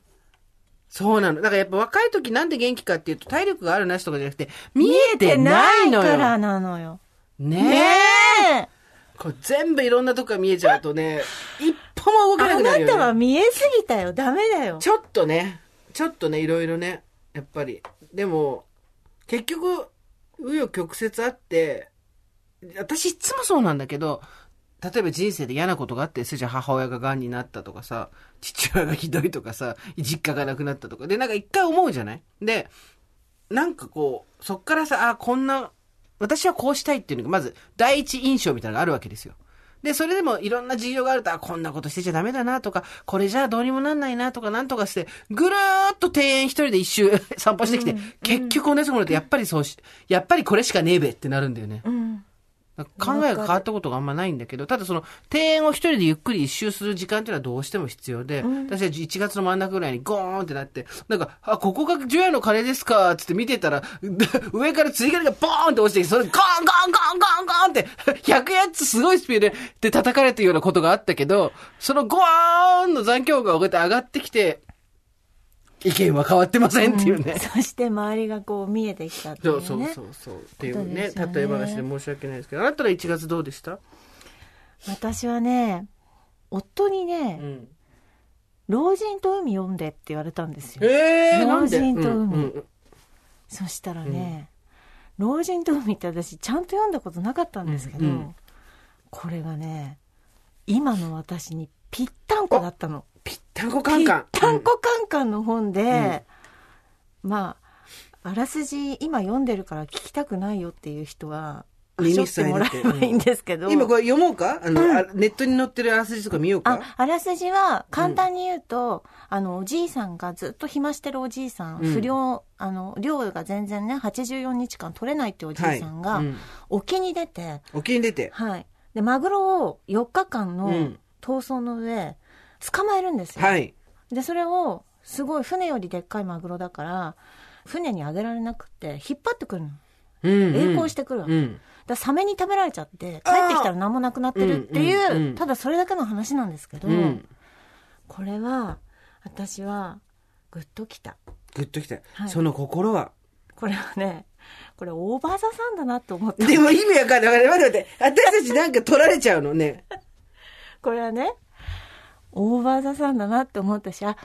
そうなの。だからやっぱ若い時なんで元気かっていうと体力があるなしとかじゃなくて、見えてないの
から
よ。
なのよ。
ね
ね
え。
え
これ全部いろんなとこが見えちゃうとね、一歩も動かな
あ
くなる
な
よ、ね。
たは見えすぎたよ。ダメだよ。
ちょっとね、ちょっとね、いろいろね、やっぱり。でも、結局、紆余曲折あって、私いつもそうなんだけど、例えば人生で嫌なことがあって、それじゃ母親が癌になったとかさ、父親がひどいとかさ、実家がなくなったとか。で、なんか一回思うじゃないで、なんかこう、そっからさ、あ、こんな、私はこうしたいっていうのが、まず、第一印象みたいなのがあるわけですよ。で、それでもいろんな事情があると、あ、こんなことしてちゃダメだなとか、これじゃどうにもなんないなとか、なんとかして、ぐるーっと庭園一人で一周 散歩してきて、結局同じものって、やっぱりそうし、やっぱりこれしかねえべってなるんだよね。
うん。
考えが変わったことがあんまないんだけど、ただその、庭園を一人でゆっくり一周する時間っていうのはどうしても必要で、私は1月の真ん中ぐらいにゴーンってなって、なんか、あ、ここがジュエの鐘ですか、つって見てたら、 上から釣り鐘がボーンって落ちてきて、それゴーンゴーンゴーンゴーンゴーンって、100やつすごいスピードで叩かれてるようなことがあったけど、そのゴーンの残響が上がってきて、意見は変わってませんっていう ね。
そして周りがこう見えてきたってい
そううそう
ね。
そうそう。っていう
ことで
ね、
すよね
例え話で申し訳ないですけど、あなたは1月どうでした
私はね、夫にね、
うん。
老人と海読んでって言われたんですよ。
ええなんで
老人と海
うんうん
そしたらね、老人と海って私ちゃんと読んだことなかったんですけど、
うんうん
これがね、今の私にぴったんこだったの。
ぴったんこカンカン。
ぴったんこカンカンの本で、まあ、あらすじ今読んでるから聞きたくないよっていう人は、
耳
味って
塞い
も
で
ら
て
えばいいんですけ
う
ど。
ん今これ読もうかあの、あネットに載ってるあらすじとか見よう
あ
か。
あらすじは簡単に言うと、あのおじいさんがずっと暇してるおじいさん、
うん
不良あの量が全然ね84日間取れないっていうおじいさんが、
はいうん
沖に出て、
沖に出て。
はい、でマグロを4日間
う
の
ん
逃走の上捕まえるんですよ、
はい。
でそれをすごい船よりでっかいマグロだから船にあげられなくて引っ張ってくるの
うん
栄光してくるわけ、
うん。
だからサメに食べられちゃって帰
あー
ってきたら何もなくなってるっていう、
うんうんうん
ただそれだけの話なんですけど、
うん。
これは私はグッときた
ぐっときた
は。い
その心は。
これはねこれオーバーザさんだなと思って
でも意味わかんない。待って待って。私たちなんか取られちゃうのね。
これはねオーバーザさんだなって思ったしあ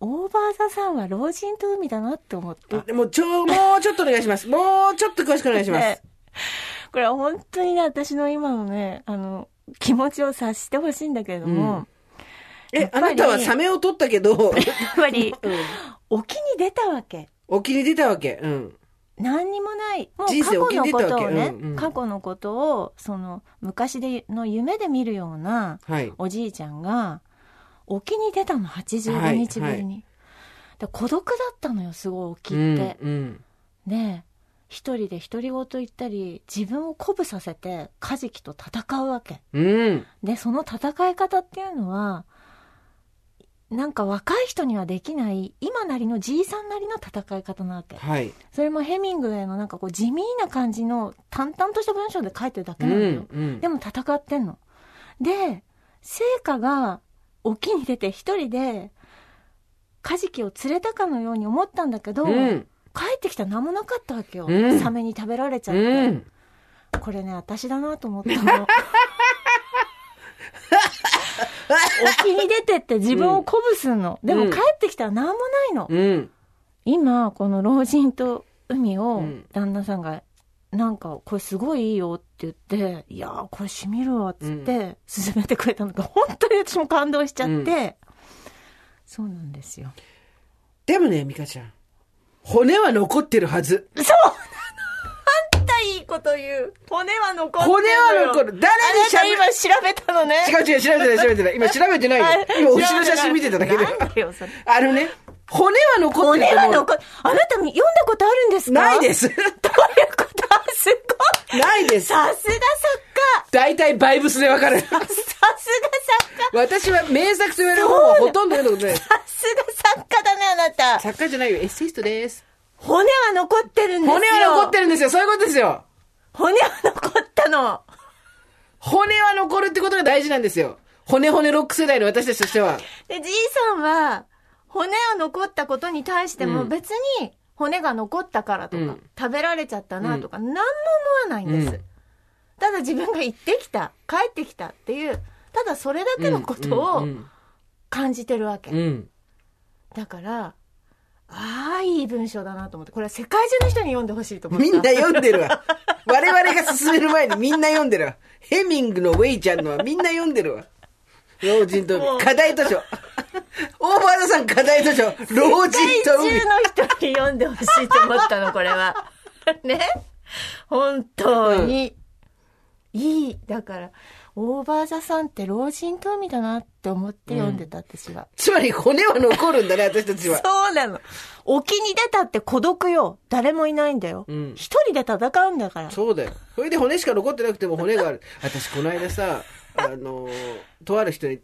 オーバーザさんは老人と海だなって思った
もうちょ、もうちょっとお願いします。もうちょっと詳しくお願いします
ね。これは本当にね私の今のねあの気持ちを察してほしいんだけれども、や
え
っ、ぱ
あ
り
なたはサメを取ったけど、
やっぱり
うん
沖に出たわけ
沖に出たわけ。うん。
何にもないもう
人
過
生
去
沖に
の
出た
こ
わけ
とをね、
うんうん
過去のことをその昔での夢で見るような
はい。
おじいちゃんが沖に出たの85日ぶりに、
はいは
で孤独だったのよすごい沖
う
っ
ん
て、
うん。
で一人で独り言言ったり自分を鼓舞させてカジキと戦うわけ
うん。
でその戦い方っていうのはなんか若い人にはできない今なりのじいさんなりの戦い方なわけ
はい。
それもヘミングウェイのなんかこう地味な感じの淡々とした文章で書いてるだけ
う
なんのよ、
うん。
でも戦ってんの。で、聖火が沖に出て一人で、カジキを連れたかのように思ったんだけど、
うん。
帰ってきたら何もなかったわけよ。
うん
サメに食べられちゃって。
うん。
これね、私だなと思った の。沖に出てって自分を鼓舞すんの。で
う
も
ん
帰ってきたら何もないの。
うん。
今、この老人と海
う
を
ん
旦那さんが、なんか、これすごいいいよって言って、いやー、これしみるわ、つって、勧めてくれたのが、本当に私も感動しちゃって、
うん
そうなんですよ。
でもね、ミカちゃん。骨は残ってるはず。
そうなのあんたいいこと言う骨は残ってる
骨は残る。
あ
誰に
な
しゃ
た今調べたのね。
べ違う違う、調べてない、調べてない。今調べてないよ。今、
あ
推しの写真見てただけで。
なんだよ、それ。
あのね、骨は残っ
骨
てると
は
思う。
残る。あなた読んだことあるんですか。
ないで すす。
どういうことあすごい。
ないです。
さすが作家。
大体バイブスでわか る。
さすが作家。
私は名作と言われる本はほとんど読んだことないです。
さすが作家だね、あなた。
作家じゃないよ、エッセイストです。
骨は残ってるんですよ。
骨は残ってるんですよ。そういうことですよ。
骨は残ったの。
骨は残るってことが大事なんですよ。骨骨ロック世代の私たちとしては。
で、じいさんは、骨は残ったことに対しても
うん
別に骨が残ったからとか、
うん
食べられちゃったなとか、何も思わないんです。
うん
ただ自分が行ってきた帰ってきたっていうただそれだけのこと
う
を
ん
感じてるわけ、
うんうん
だからああいい文章だなと思ってこれは世界中の人に読んでほしいと思った
みんな読んでるわ。我々が進める前にみんな読んでるわ。ヘミングのウェイちゃんのはみんな読んでるわ。老人と
もう
海。課題図書。大和田さん課題図書。老人
世界
と
中
海。
の人に読んでほしいと思ったのこれは ね本当に、いいだからオーバーザさんって老人と海だなって思って読んでた、私は
つまり骨は残るんだね、私たちは。
そうなの。沖に出たって孤独よ。誰もいないんだよ。
ん
一人で戦うんだから。
そうだよ。それで骨しか残ってなくても骨がある。私、この間さ、あの、とある人に、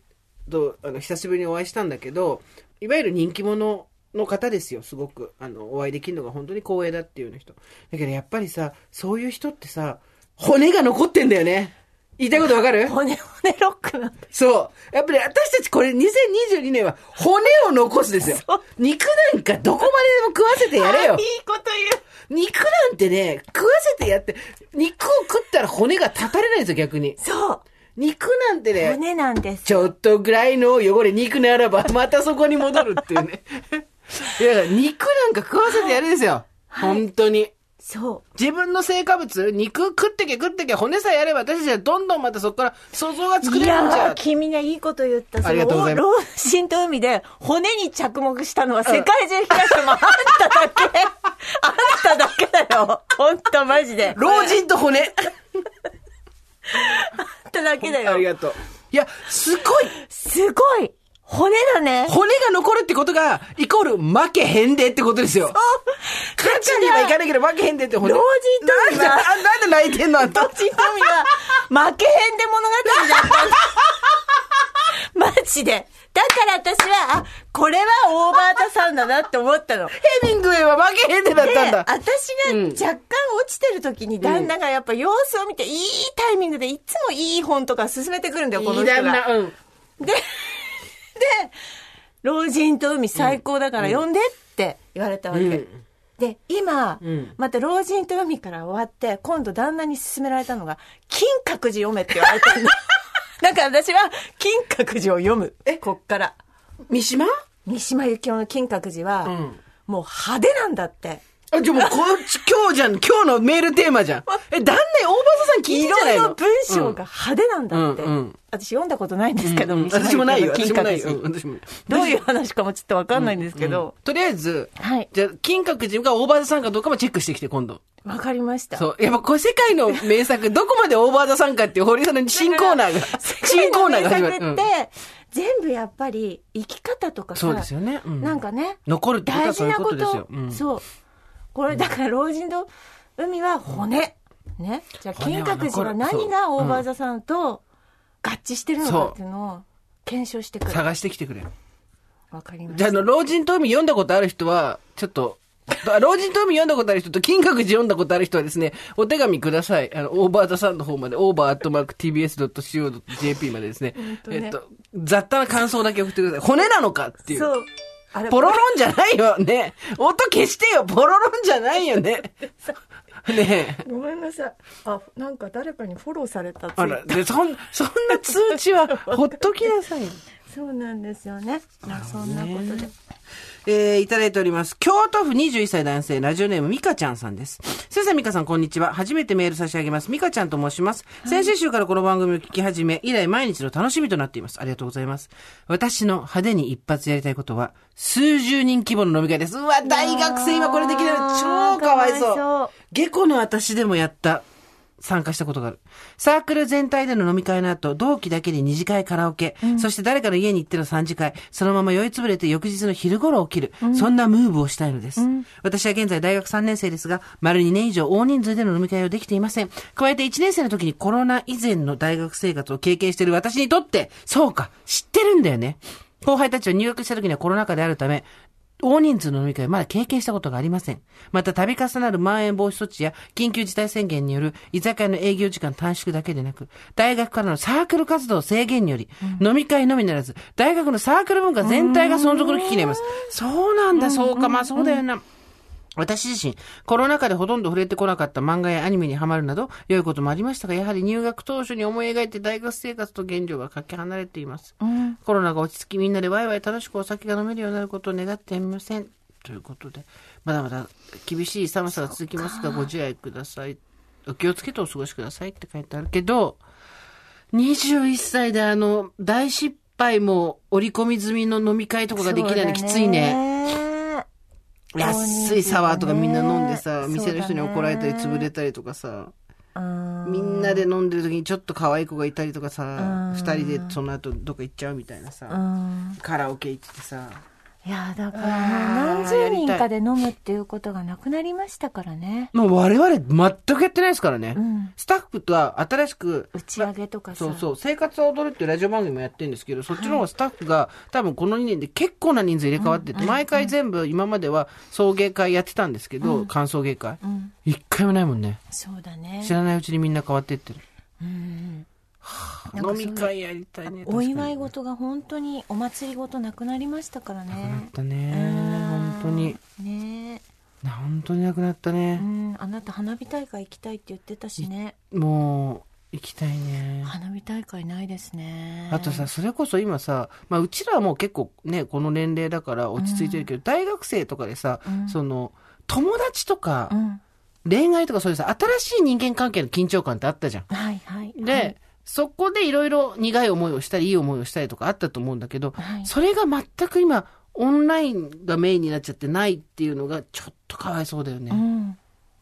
と、あの、久しぶりにお会いしたんだけど、いわゆる人気者の方ですよ、すごく。あの、お会いできるのが本当に光栄だっていうような人。だけどやっぱりさ、そういう人ってさ、骨が残ってんだよね。言いたいことわかる
骨骨ロックなんだ。
そう。やっぱり私たちこれ2022年は骨を残すですよ。肉なんかどこまででも食わせてやれよ
いい。こと
肉なんてね、食わせてやって、肉を食ったら骨が立たれないんですよ、逆に。
そう。
肉なんてね、
骨なんです。
ちょっとぐらいの汚れ肉ならば、またそこに戻るっていうね。 いや、肉なんか食わせてやるんですよ。本当に。
そう。
自分の成果物、肉食ってけ食ってけ、骨さえあれば私たちはどんどんまたそこから想像が作
い
れるんじ
や
ゃ
ー、。君ね、いいこと言った。。
ありがとうございます
老人と海で骨に着目したのは世界中開くもあんただけ。あんただけだよ。ほんと、マジで。
老人と骨。
あんただけ だ
あり
よ。
がとう。いや、すごい
すごい骨だね。
骨が残るってことが、イコール負けへんでってことですよ。勝ちにはいかないけど負けへんでって骨。
老人と海
なん
は
で、あなんで泣いてんのあんた。
老人と海は負けへんで物語だったんだ。マジで。だから私は、あ、これはオーバータさんだなって思ったの。
ヘミングウェイは負けへんでだったんだ。
私が若干落ちてる時に旦那がやっぱ様子を見て、いいタイミングでいつもいい本とか勧めてくるんだよ、この人が。
うん。
老人と海最高だから読んでって言われたわけ。で、今、また老人と海から終わって、今度旦那に勧められたのが、金閣寺読めって言われたんだ。だから私は、金閣寺を読む。えこっから。
三島
三島由紀夫の金閣寺は、
ん
もう派手なんだって。
あ、じゃあもうこっち、今日じゃん。今日のメールテーマじゃん。え、旦那、大場さん聞いてん
い
じゃな
ろい
い
ろ
の
文章が派手なんだって。
うんうんうん
私読んだことないんですけど、
う
三
ん
島
私もないよ。私
由紀夫
も
の金閣
な
寺
いよ。うん私もない。
どういう話かもちょっとわかんないんですけど。
とりあえず、
はい。
じゃあ金閣寺がオーバーザさんかどうかもチェックしてきて、今度。
わかりました。
そう。やっぱこれ世界の名作、どこまでオーバーザさんかっていう堀井さんの新コーナーが、新コーナーが始まる。
世界の名作って、全部やっぱり生き方とかさ
そうですよねうん
なんかね
残るってこと
大
は
事
そういう
な
こ
こと
とですようん
そうこれだから老人と海は骨、ねじゃあ
骨
金
は残
閣寺
る
は
そう
何がオーバーザさんと合致してるのかっていうのを検証してく
うん
る
探してきてくれ。
わかりまし
じゃあ、
た
あの、老人と海読んだことある人は、ちょっと、あ老人と海読んだことある人と金閣寺読んだことある人はですね、お手紙ください。あの、オーバーザさんの方まで、オーバーアットマーク tbs.co.jp までですね、えっと、雑多な感想だけ送ってください。骨なのかっていう。
そうあれ
ポロロンじゃないよね。音消してよ。ポロロンじゃないよ ね。ねえ。
ごめんなさいあなんか誰かにフォローされた
あら、で、そん、そんな通知は、ほっときなさい。
そうなんですよねまあそんなことで
えー、いただいております。京都府21歳男性、ラジオネームみかちゃんさんです。先生みかさん、こんにちは。初めてメール差し上げます。みかちゃんと申します。先々週からこの番組を聞き始め、以来毎日の楽しみとなっています。ありがとうございます。私の派手に一発やりたいことは、数十人規模の飲み会です。うわ、大学生今これできないの超かわいそう。下戸の私でもやった。参加したことがある。サークル全体での飲み会の後、同期だけで二次会カラオケ、そして誰かの家に行っての三次会、そのまま酔いつぶれて翌日の昼頃起きる、そんなムーブをしたいのです、私は現在大学3年生ですが、丸2年以上大人数での飲み会をできていません。加えて1年生の時にコロナ以前の大学生活を経験している私にとって、そうか、知ってるんだよね。後輩たちは入学した時にはコロナ禍であるため、大人数の飲み会はまだ経験したことがありません。また、度重なるまん延防止措置や緊急事態宣言による居酒屋の営業時間短縮だけでなく、大学からのサークル活動制限により、飲み会のみならず、大学のサークル文化全体が存続の危機にあります。そうなんだ、そうか、まあそうだよな。私自身、コロナ禍でほとんど触れてこなかった漫画やアニメにハマるなど、良いこともありましたが、やはり入学当初に思い描いて大学生活と現状がかけ離れています。コロナが落ち着き、みんなでワイワイ楽しくお酒が飲めるようになることを願っていません。ということで、まだまだ厳しい寒さが続きますが、ご自愛ください。お気をつけてお過ごしくださいって書いてあるけど、21歳であの、大失敗も織り込み済みの飲み会とかができないのきついね。
ね。
安いサワーとかみんな飲んでさ、
そうだね
店の人に怒られたり潰れたりとかさ、
うん
みんなで飲んでる時にちょっと可愛い子がいたりとかさ
う、ん
二人でその後どっか行っちゃうみたいな
う
さ、
ん
カラオケ行ってさ、
いやだから
あー
もう何十人かで飲むっていうことがなくなりましたからね。
もう我々全くやってないですからね
う。ん、
スタッフとは新しく、
打ち上げとかさ、
そうそう、生活は踊るっていうラジオ番組もやってるんですけど、そっちの方がスタッフが多分この2年で結構な人数入れ替わってて、毎回全部今までは送迎会やってたんですけど、歓送迎会。
うん、
一回もないもんね。
そうだね
知。らないうちにみんな変わってってる。
うんなんかそ
飲
ういう
み会やりたいね。
お祝い
確
事が本当にお祭り事なくなりましたから
かになくなっ
ね。
たね。
うん
本当に。
ね
な本当になくなった
え、う
ね。
ん、あなた花火大会行きたいって言ってたしね。
もう、行きたいね。
花火大会ないですね。
あとさ、それこそ今さ、まあ、うちらはもう結構ね、この年齢だから落ち着いてるけど、大学生とかでさ、
うん
その、友達とか
う、ん、
恋愛とかそういうさ、新しい人間関係の緊張感ってあったじゃん。
はいはい。
で、そこでいろいろ苦い思いをしたり、いい思いをしたりとかあったと思うんだけど、
はい、
それが全く今、オンラインがメインになっちゃってないっていうのが、ちょっとかわいそうだよね。
うん、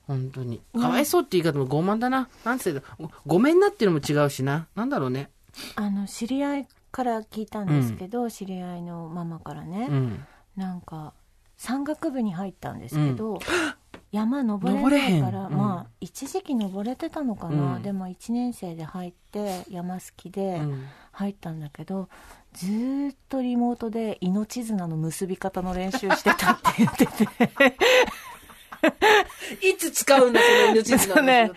本当に。かわいそうって言い方も傲慢だな。なんせだ、ごごめんなっていうのも違うしな。なんだろうね。
あの知り合いから聞いたんですけど、知り合いのママからね、
うん。
なんか山岳部に入ったんですけど、 山登れ
登れ
な
へ
い
ん
から、
うん
まあ一時期登れてたのかな、
うん
でも1年生で入って山好き
う
で
ん
入ったんだけど、ずーっとリモートで命綱の結び方の練習してたって言ってて
いつ使うんだ、その命綱
そうね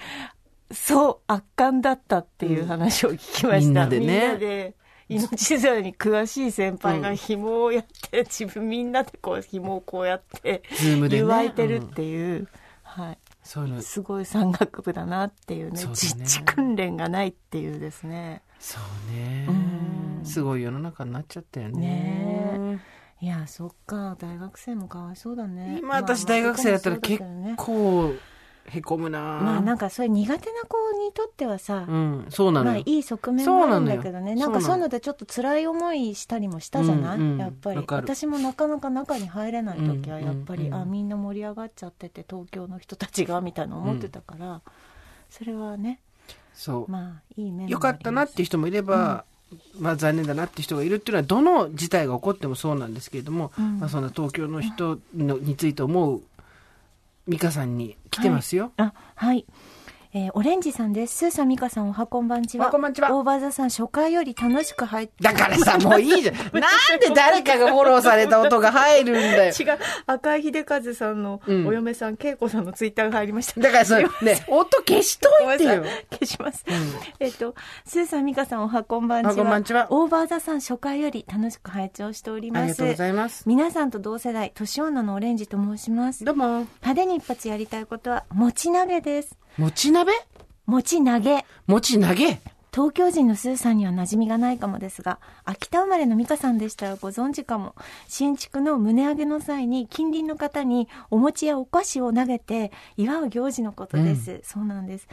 そう圧巻だったっていう話を聞きました、
うんみんなでね
みんなで命綱に詳しい先輩が紐をやって、自分みんなでこう紐をこうやって
ズームでね。
湯わいてるっ
うん
ていう、はい
そういうの、
すごい山岳部だなっていうね
そうだね
実地訓練がないっていうですね
そうね
うん。
すごい世の中になっちゃったよね。
ねいやそっか大学生もかわいそうだね
今私大学生だったら結
構
こう、へこむな
まあなんかそういう苦手な子にとってはさ、
うん、そうな
ま
の
あい
よ。
い側面もあるんだけどねな
そうなのよ
んかそういうのでちょっと辛い思いしたりもしたじゃない、
うんうん
やっぱり
わかる
私もなかなか中に入れない時はやっぱり、
うんうんうん
あみんな盛り上がっちゃってて東京の人たちがみたいな思ってたから、それはね
そう。
まあいい面もあります
良かったなっていう人もいれば、まあ残念だなっていう人がいるっていうのは、どの事態が起こってもそうなんですけれども、
うん
まあそんな東京の人のについて思う、美香さんに来てますよ。
あ、はい。えーオレンジさんです。スーさん、ミカさん、おはこんばんちは。
おはこんばんちは
オーバーザさん、初回より楽しく入って。
だからさ、もういいじゃん。なんで誰かがフォローされた音が入るんだよ。
違う。赤井秀和さんの
うんお
嫁さん、恵子さんのツイッターが入りました
だからそれ、ね、音消しといてよ。
消します。えっと、スーさん、ミカさん、おはこんばんちは。
おはこんばんちは
オーバーザさん、初回より楽しく拝聴しております。
ありがとうございます。
皆さんと同世代、年女のオレンジと申します。
どうも。
派手に一発やりたいことは、持ち投げです。
もち鍋
持ち投げ。
もち投げ
東京人のスーさんには馴染みがないかもですが、秋田生まれの美香さんでしたらご存知かも。新築の胸上げの際に近隣の方にお餅やお菓子を投げて祝う行事のことです。そうなんです。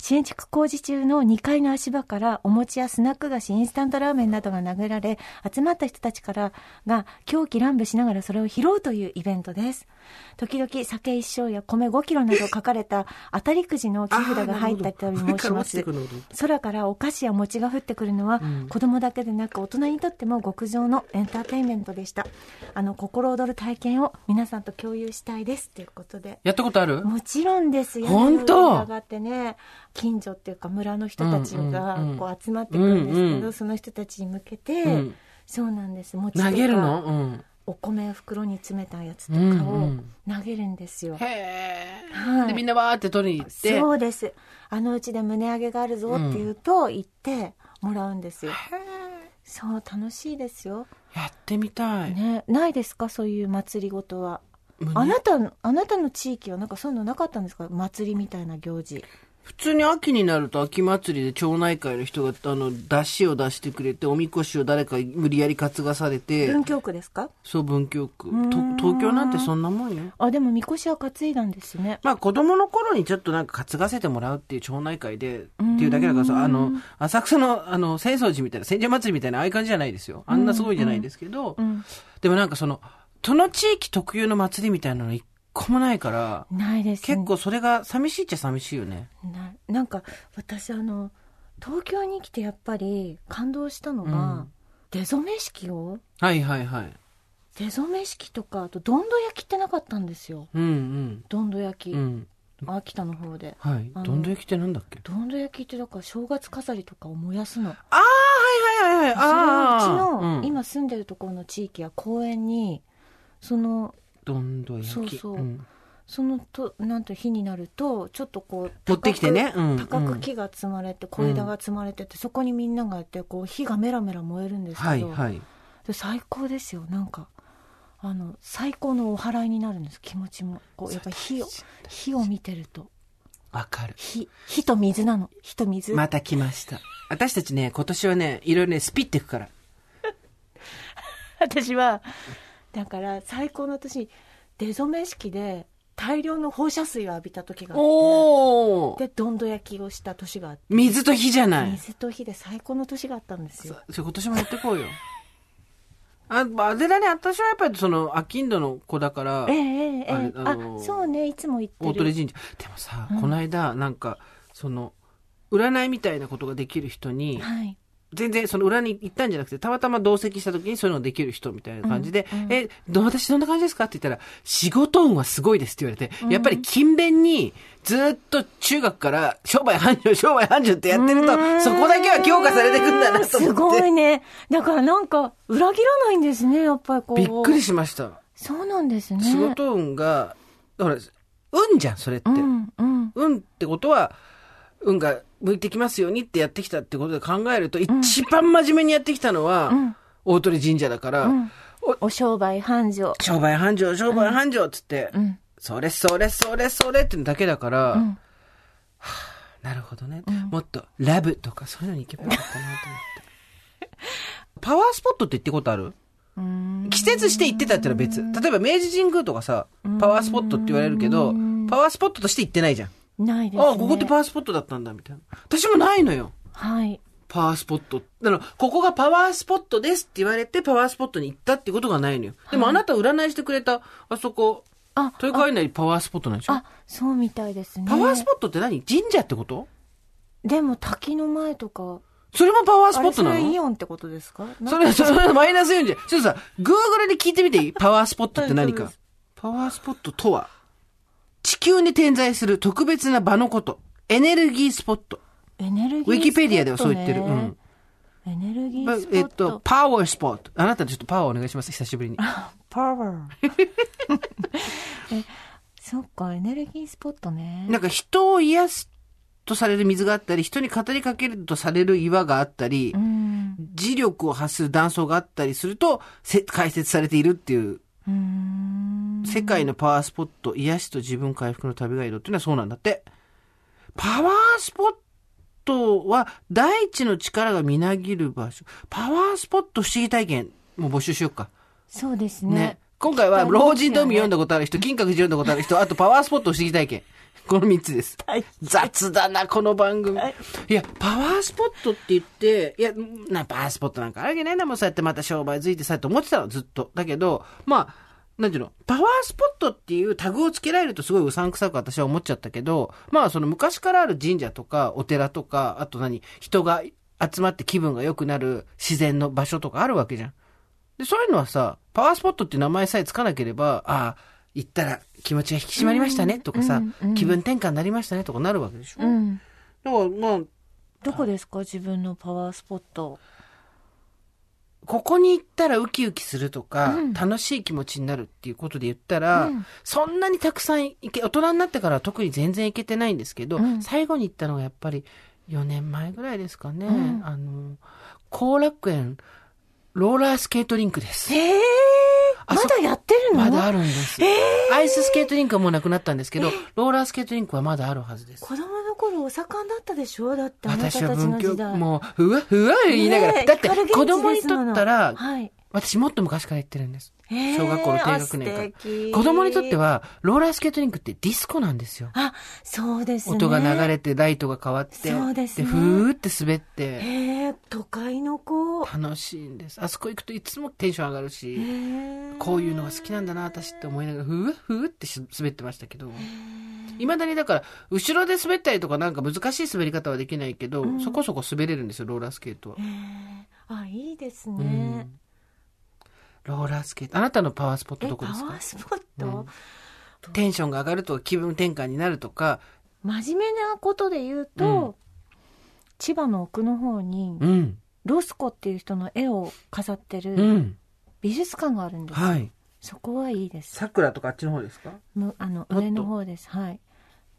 新築工事中の2階の足場からお餅やスナック菓子、インスタントラーメンなどが投げられ、集まった人たちからが狂気乱舞しながらそれを拾うというイベントです。時々酒一升や米5キロなど書かれた当たりくじの木札が入ったりもします。空からお菓子や餅が降ってくるのは、子供だけでなく大人にとっても極上のエンターテインメントでしたあの心躍る体験を皆さんと共有したいですということで
やったことある
もちろんですよ
本当
上がってね近所っていうか村の人たちが
うんうんうん
こう集まってくるんですけど、
うんうん
その人たちに向けて、
うん
そうなんです餅とか
投げるの
お米を袋に詰めたやつと
う
か
ん。
を投げるんですよ、
へえ。
はい
で、みんなわーって取りに行って。
そうですあのうちで胸上げがあるぞって言うと行ってもらうんですよ、そう楽しいですよ
やってみたい。
ねないですかそういう祭りごとはあなたの、あなたの地域はなんかそういうのなかったんですか祭りみたいな行事。
普通に秋になると秋祭りで町内会の人が、あの、出汁を出してくれて、おみこしを誰か無理やり担がされて、
文京区ですか
そう、文京区。と東京なんてそんなもんよ。
あ、でもみこしは担いだんですね。
まあ子供の頃にちょっとなんか担がせてもらうっていう町内会でっていうだけだからさ、あの、浅草のあの、浅草寺みたいな、千社祭りみたいなああいう感じじゃないですよ。あんなすごいじゃないですけど、
うん。
でもなんかその、その地域特有の祭りみたいなの一個もないから、
ないですね。
結構それが寂しいっちゃ寂しいよね。
ななんか私あの東京に来てやっぱり感動したのが、
うん
出初め式を
はいはいはい。
出初め式とかあとどんど焼きってなかったんですよ
うん
どんど焼
うん。
き、
うん。
秋田の方で
はい。
あの
どんど焼きってなんだっけ
どんど焼きってだから正月飾りとかを燃やすの
はいはいはい
それをうちの、
うん、
今住んでるところの地域や公園にその
どんど焼き。
そうそうんそのとなんと日になるとちょっとこう
持ってきてね。うん。
高
う
く
ん
木が積まれて小枝が積まれてて、そこにみんながやってこう火がメラメラ燃えるんですけど、
はいはい。
で最高ですよなんかあの最高のお祓いになるんです気持ちもこうやっぱり火を火を見てると
わかる。
火火と水なの火と水、
また来ました。私たちね、今年はね、いろいろね、スピってくから。
私はだから最高の私出初め式で大量の放射水を浴びた時があっ
おー
てでどんど焼きをした年があって
水と火じゃない。
水と火で最高の年があったんですよ
それ今年も持ってこうよ。 あ、あれだね、私はやっぱりその、アキンドの子だから
え、えええええ
あ
あ
あのー
そうねいつも言ってる
大鳥神社。でもさ、
うん
この間、なんか、その、占いみたいなことができる人に、
はい
全然その裏に行ったんじゃなくて、たまたま同席した時にそういうのできる人みたいな感じで、
うんうん
え、ど、私どんな感じですかって言ったら、仕事運はすごいですって言われて、やっぱり勤勉に、ずっと中学から商売繁盛、商売繁盛ってやってると、そこだけは強化されてくんだなと
す
思っ
ご
て。
いねだからなんか裏切らないんですねやっぱりこう
びっくりしました。
そうなんですね
仕事運が、ほら、運じゃん、それって。
うんうん
運ってことは、運が向いてきますようにってやってきたってことで考えると、一番真面目にやってきたのは、
うん
大鳥神社だから、
うんお商売繁盛
商売繁盛、商売繁盛っつって、
うん
それそれそれそれってだけだから、
ん
なるほどね、もっとラブとかそういうのに行けばよかったなと 思って。パワースポットって行ってことある季節して行ってたってのは別。例えば明治神宮とかさ、パワースポットって言われるけど、パワースポットとして行ってないじゃん。
ないですね
ああ、ここってパワースポットだったんだ、みたいな。私もないのよ。
はい
パワースポット。だから、ここがパワースポットですって言われて、パワースポットに行ったってことがないのよ。でも、あなた占いしてくれた、あそこ、
あ
豊川稲荷パワースポットなんでしょ
あそうみたいですね
パワースポットって何神社ってこと
でも滝の前とか
それもパワース
あ
ポ
れ
ット
そ
な
れイ
の
オンってことですかなんか
それ、それ、マイナス40。ちょっとさ、グーグルで聞いてみていいパワースポットって何
そう
か
で。
パワースポットとは、地球に点在する特別な場のこと。エネルギースポット。
エネルギースポット、
ウ
ね、
ィキペディアではそう言ってる。うん。
エネルギ
ま
ースポ
え
ッ
っ
ト、
と、パワースポット。あなたちょっとパワーお願いします。久しぶりに。
パワ ーえそっかエネルギースポットね
なんか人を癒すとされる水があったり、人に語りかけるとされる岩があったり
う、ん
磁力を発する断層があったりすると、せ解説されているっていう、
うーん
世界のパワースポット、癒しと自分回復の旅ガイドっていうのはそうなんだって。パワースポットは、大地の力がみなぎる場所。パワースポット不思議体験も募集しようか。
そうです
ね。
ね
今回は、
聞きたいですよね
老人と海読んだことある人、金閣寺読んだことある人、あとパワースポット不思議体験。この3つです。雑だな、この番組。いや、パワースポットって言って、いや、な、パワースポットなんかあるわけないんだもん、そうやってまた商売ついてさ、と思ってたの、ずっと。だけど、まあ、なんていうの、パワースポットっていうタグをつけられるとすごいうさんくさく私は思っちゃったけど、まあその昔からある神社とかお寺とか、あと何、人が集まって気分が良くなる自然の場所とかあるわけじゃん。で、そういうのはさ、パワースポットっていう名前さえつかなければ、ああ、行ったら気持ちが引き締まりましたねとかさ、気分転換になりましたねとかなるわけでしょ。
うん
だからまあ、
どこですか自分のパワースポット
ここに行ったらウキウキするとか、
うん
楽しい気持ちになるっていうことで言ったら、そんなにたくさん行け、大人になってからは特に全然行けてないんですけど、
うん
最後に行ったのがやっぱり4年前ぐらいですかね、
うん
あの、後楽園ローラースケートリンクです。
ええまだやってるの
まだあるんです、アイススケートリンクはもうなくなったんですけど、ローラースケートリンクはまだあるはずです。
子供の頃お盛んだったでしょだってあなたたち
私は文
の
教
時、代。
もう、ふわふわ言いながら、
ねえ
だって
光源氏
子供に
ですも
と
の
ったら、
はい。
私もっと昔から言ってるんです。
へえ
小学校の低学年
あ
か
素敵
ら。子供にとっては、ローラースケートリンクってディスコなんですよ。
あ、そうですね。
音が流れて、ライトが変わって、
そうですね
ふーって滑って、
へえ、都会の子。へ
楽しいんです。あそこ行くといつもテンション上がるし、
え
こういうのが好きなんだな、私って思いながら、ふうふうってし滑ってましたけど。いまだにだから、後ろで滑ったりとかなんか難しい滑り方はできないけど、そこそこ滑れるんですよ、ローラースケートは。
あ、いいです
う
ね。
んローラースケート。あなたのパワースポット
え、
どこ
パ
です
ワ
か
ースポット、
テンションが上がると気分転換になるとか、
真面目なことで言うと、
うん
千葉の奥の方に、
うん、
ロスコっていう人の絵を飾って
う
る
ん、
美術館があるんです。
はい。
そこはいいです。
桜とかあっちの方ですか
むあの、
もっと
上の方です。はい。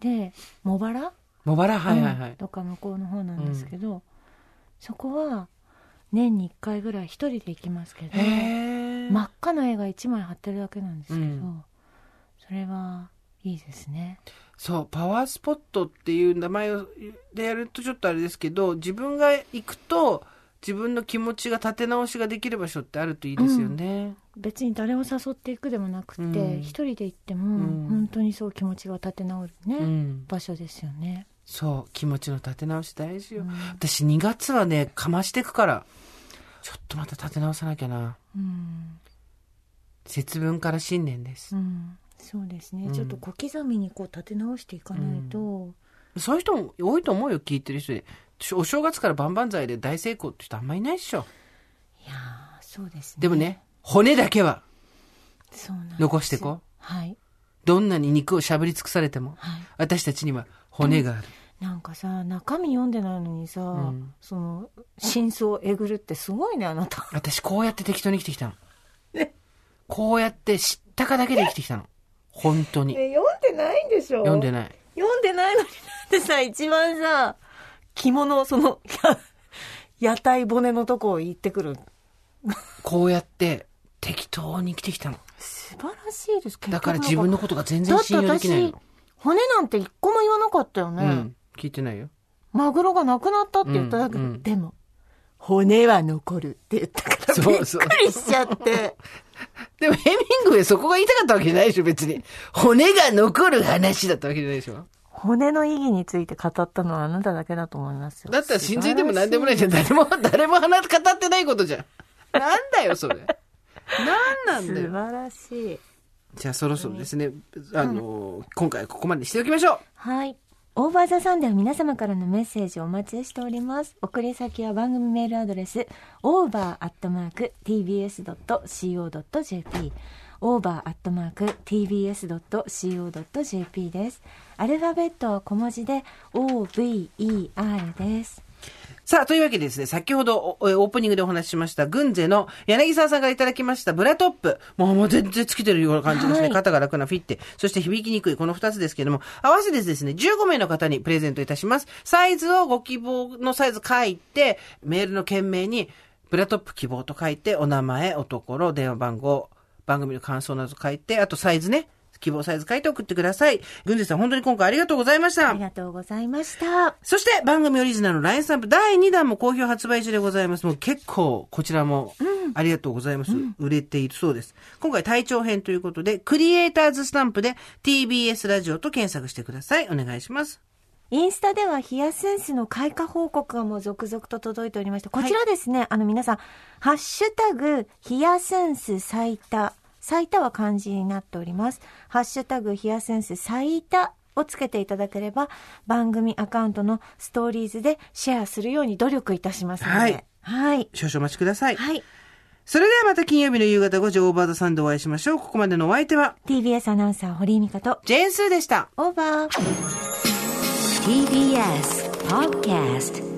で、茂原
茂原はいはいはい。
とか向こうの方なんですけど、そこは年に1回ぐらい一人で行きますけど
へえ。
真っ赤な絵が1枚貼ってるだけなんですけど、
うん
それはいいですね
そう、パワースポットっていう名前をでやるとちょっとあれですけど、自分が行くと自分の気持ちが立て直しができる場所ってあるといいですよね。
別に誰を誘っていくでもなくて、
うん
一人で行って
うん
も本当にそう気持ちが立て直るね、
うん。
場所ですよね、
そう、気持ちの立て直し大事よ。
うん
私2月はね、かましてくから、ちょっとまた立て直さなきゃな。
うん
節分から新年です
う。んそうですね、
うん
ちょっと小刻みにこう立て直していかないと、
そういう人も多いと思うよ、聞いてる人で。お正月から万々歳で大成功って人あんまいないでしょ。
いやーそうですね
でもね、骨だけは
そうなんです
残してこう。
はい
どんなに肉をしゃぶり尽くされても、
はい
私たちには骨がある。
なんかさ中身読んでないのにさ、
ん
その真相をえぐるってすごいねあなた
私こうやって適当に生きてきたの。こうやって知ったかだけで生きてきたの。本当に。
読んでないんでしょ
読んでない。
読んでないのになんでさ一番さ着物その や屋台骨のとこを行ってくる
こうやって適当に生きてきたの。
素晴らしいです結局
だから自分のことが全
だ
然
って
信用できない
私
の。
骨なんて一個も言わなかったよね、
うん。聞いてないよ。
マグロがなくなったって言っただけ、
うんうん
でも骨は残るって言ったからびっ
そうそう。
くりしちゃって
でもヘミングウェイそこが言いたかったわけじゃないでしょ、別に。骨が残る話だったわけじゃないでしょ。
骨の意義について語ったのはあなただけだと思いますよ
だったら心臓でも何でもないじゃん。誰も、 誰も話語ってないことじゃん。なんだよ、そ れ。なんなんだ
素
よ。
晴らしい
じゃあそろそろですね、あの、今回はここまでにしておきましょう。
はいオーバーザさんでは皆様からのメッセージをお待ちしております送り先は番組メールアドレス over.tbs.co.jp over.tbs.co.jp ですアルファベットは小文字で over です
さあ、というわけでですね、先ほどおえオープニングでお話ししました、軍勢の柳沢さんからいただきました、ブラトップ。もうもう全然つけてるような感じですね。
はい
肩が楽なフィッテ。そして響きにくい、この2つですけれども、合わせてですね、15名の方にプレゼントいたします。サイズをご希望のサイズ書いて、メールの件名に、ブラトップ希望と書いて、お名前、おところ、電話番号、番組の感想など書いて、あとサイズね、希望サイズ書いて送ってください。軍勢さん、本当に今回ありがとうございました。
ありがとうございました
そして番組オリジナルの LINE スタンプ第2弾も好評発売中でございます。もう結構こちらもありがとうございます。売れているそうです。今回体調編ということで、クリエイターズスタンプで TBS ラジオと検索してください。お願いします。
インスタではヒアセンスの開花報告がもう続々と届いておりまして、こちらですね、あの皆さん、ハッシュタグ、ヒアセンス最多、最多は漢字になっております。ハッシュタグ、ヒアセンス最多をつけていただければ、番組アカウントのストーリーズでシェアするように努力いたしますので。
はい
はい。
少々お待ちください。
はい。
それではまた金曜日の夕方5時オーバーザサンドお会いしましょう。ここまでのお相手は、
TBS アナウンサー、堀井美香と、
ジェーンスーでした。
オーバー。
TBS Podcast